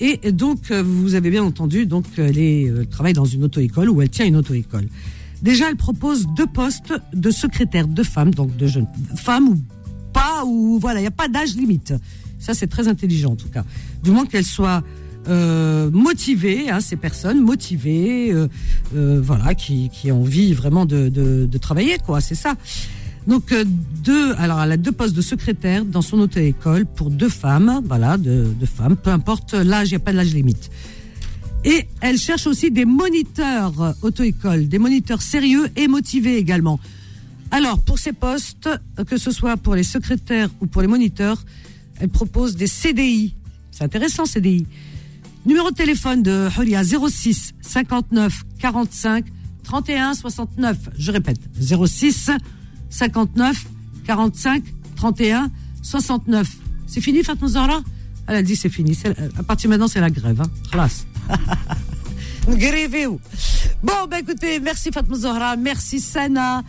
Speaker 2: Et donc, euh, vous avez bien entendu, donc, euh, elle, est, euh, elle travaille dans une auto-école ou elle tient une auto-école. Déjà, elle propose deux postes de secrétaire de femmes, donc de jeunes femmes ou pas, ou voilà, il n'y a pas d'âge limite. Ça, c'est très intelligent en tout cas. Du moins qu'elles soient euh, motivées, hein, ces personnes motivées, euh, euh, voilà, qui, qui ont envie vraiment de, de, de travailler, quoi, c'est ça. Donc euh, deux, alors elle a deux postes de secrétaire dans son auto-école pour deux femmes, voilà, de, de femmes, peu importe l'âge, il n'y a pas d'âge limite. Et elle cherche aussi des moniteurs euh, auto-école, des moniteurs sérieux et motivés également. Alors pour ces postes, euh, que ce soit pour les secrétaires ou pour les moniteurs, elle propose des CDI. C'est intéressant CDI. Numéro de téléphone de Huria 06 59 45 31 69. Je répète 06 59 45 31 69. C'est fini, Fatma Zahra Elle a dit c'est fini. C'est- euh, À partir de maintenant, c'est la grève. Hein. Classe. Grévez-vous. Bon, ben écoutez, merci Fatma Zahra, merci Sana.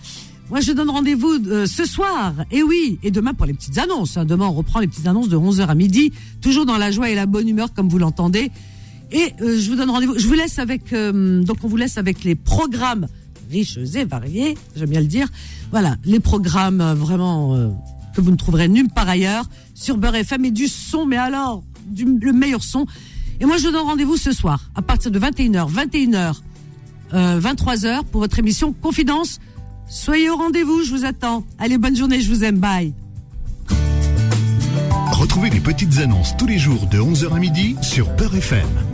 Speaker 2: Moi, je donne rendez-vous euh, ce soir, et oui, et demain pour les petites annonces. hein. Demain, on reprend les petites annonces de 11h à midi, toujours dans la joie et la bonne humeur, comme vous l'entendez. Et euh, je vous donne rendez-vous. Je vous laisse avec. euh, donc, on vous laisse avec les programmes riches et variés, j'aime bien le dire. Voilà, les programmes euh, vraiment euh, que vous ne trouverez nulle part ailleurs sur Beurre FM et du son, mais alors, du, le meilleur son. Et moi, je vous donne rendez-vous ce soir, à partir de 21h, 21h, euh, 23h, pour votre émission Confidence. Soyez au rendez-vous, je vous attends. Allez, bonne journée, je vous aime, bye.
Speaker 1: Retrouvez les petites annonces tous les jours de 11h à midi sur Peur FM.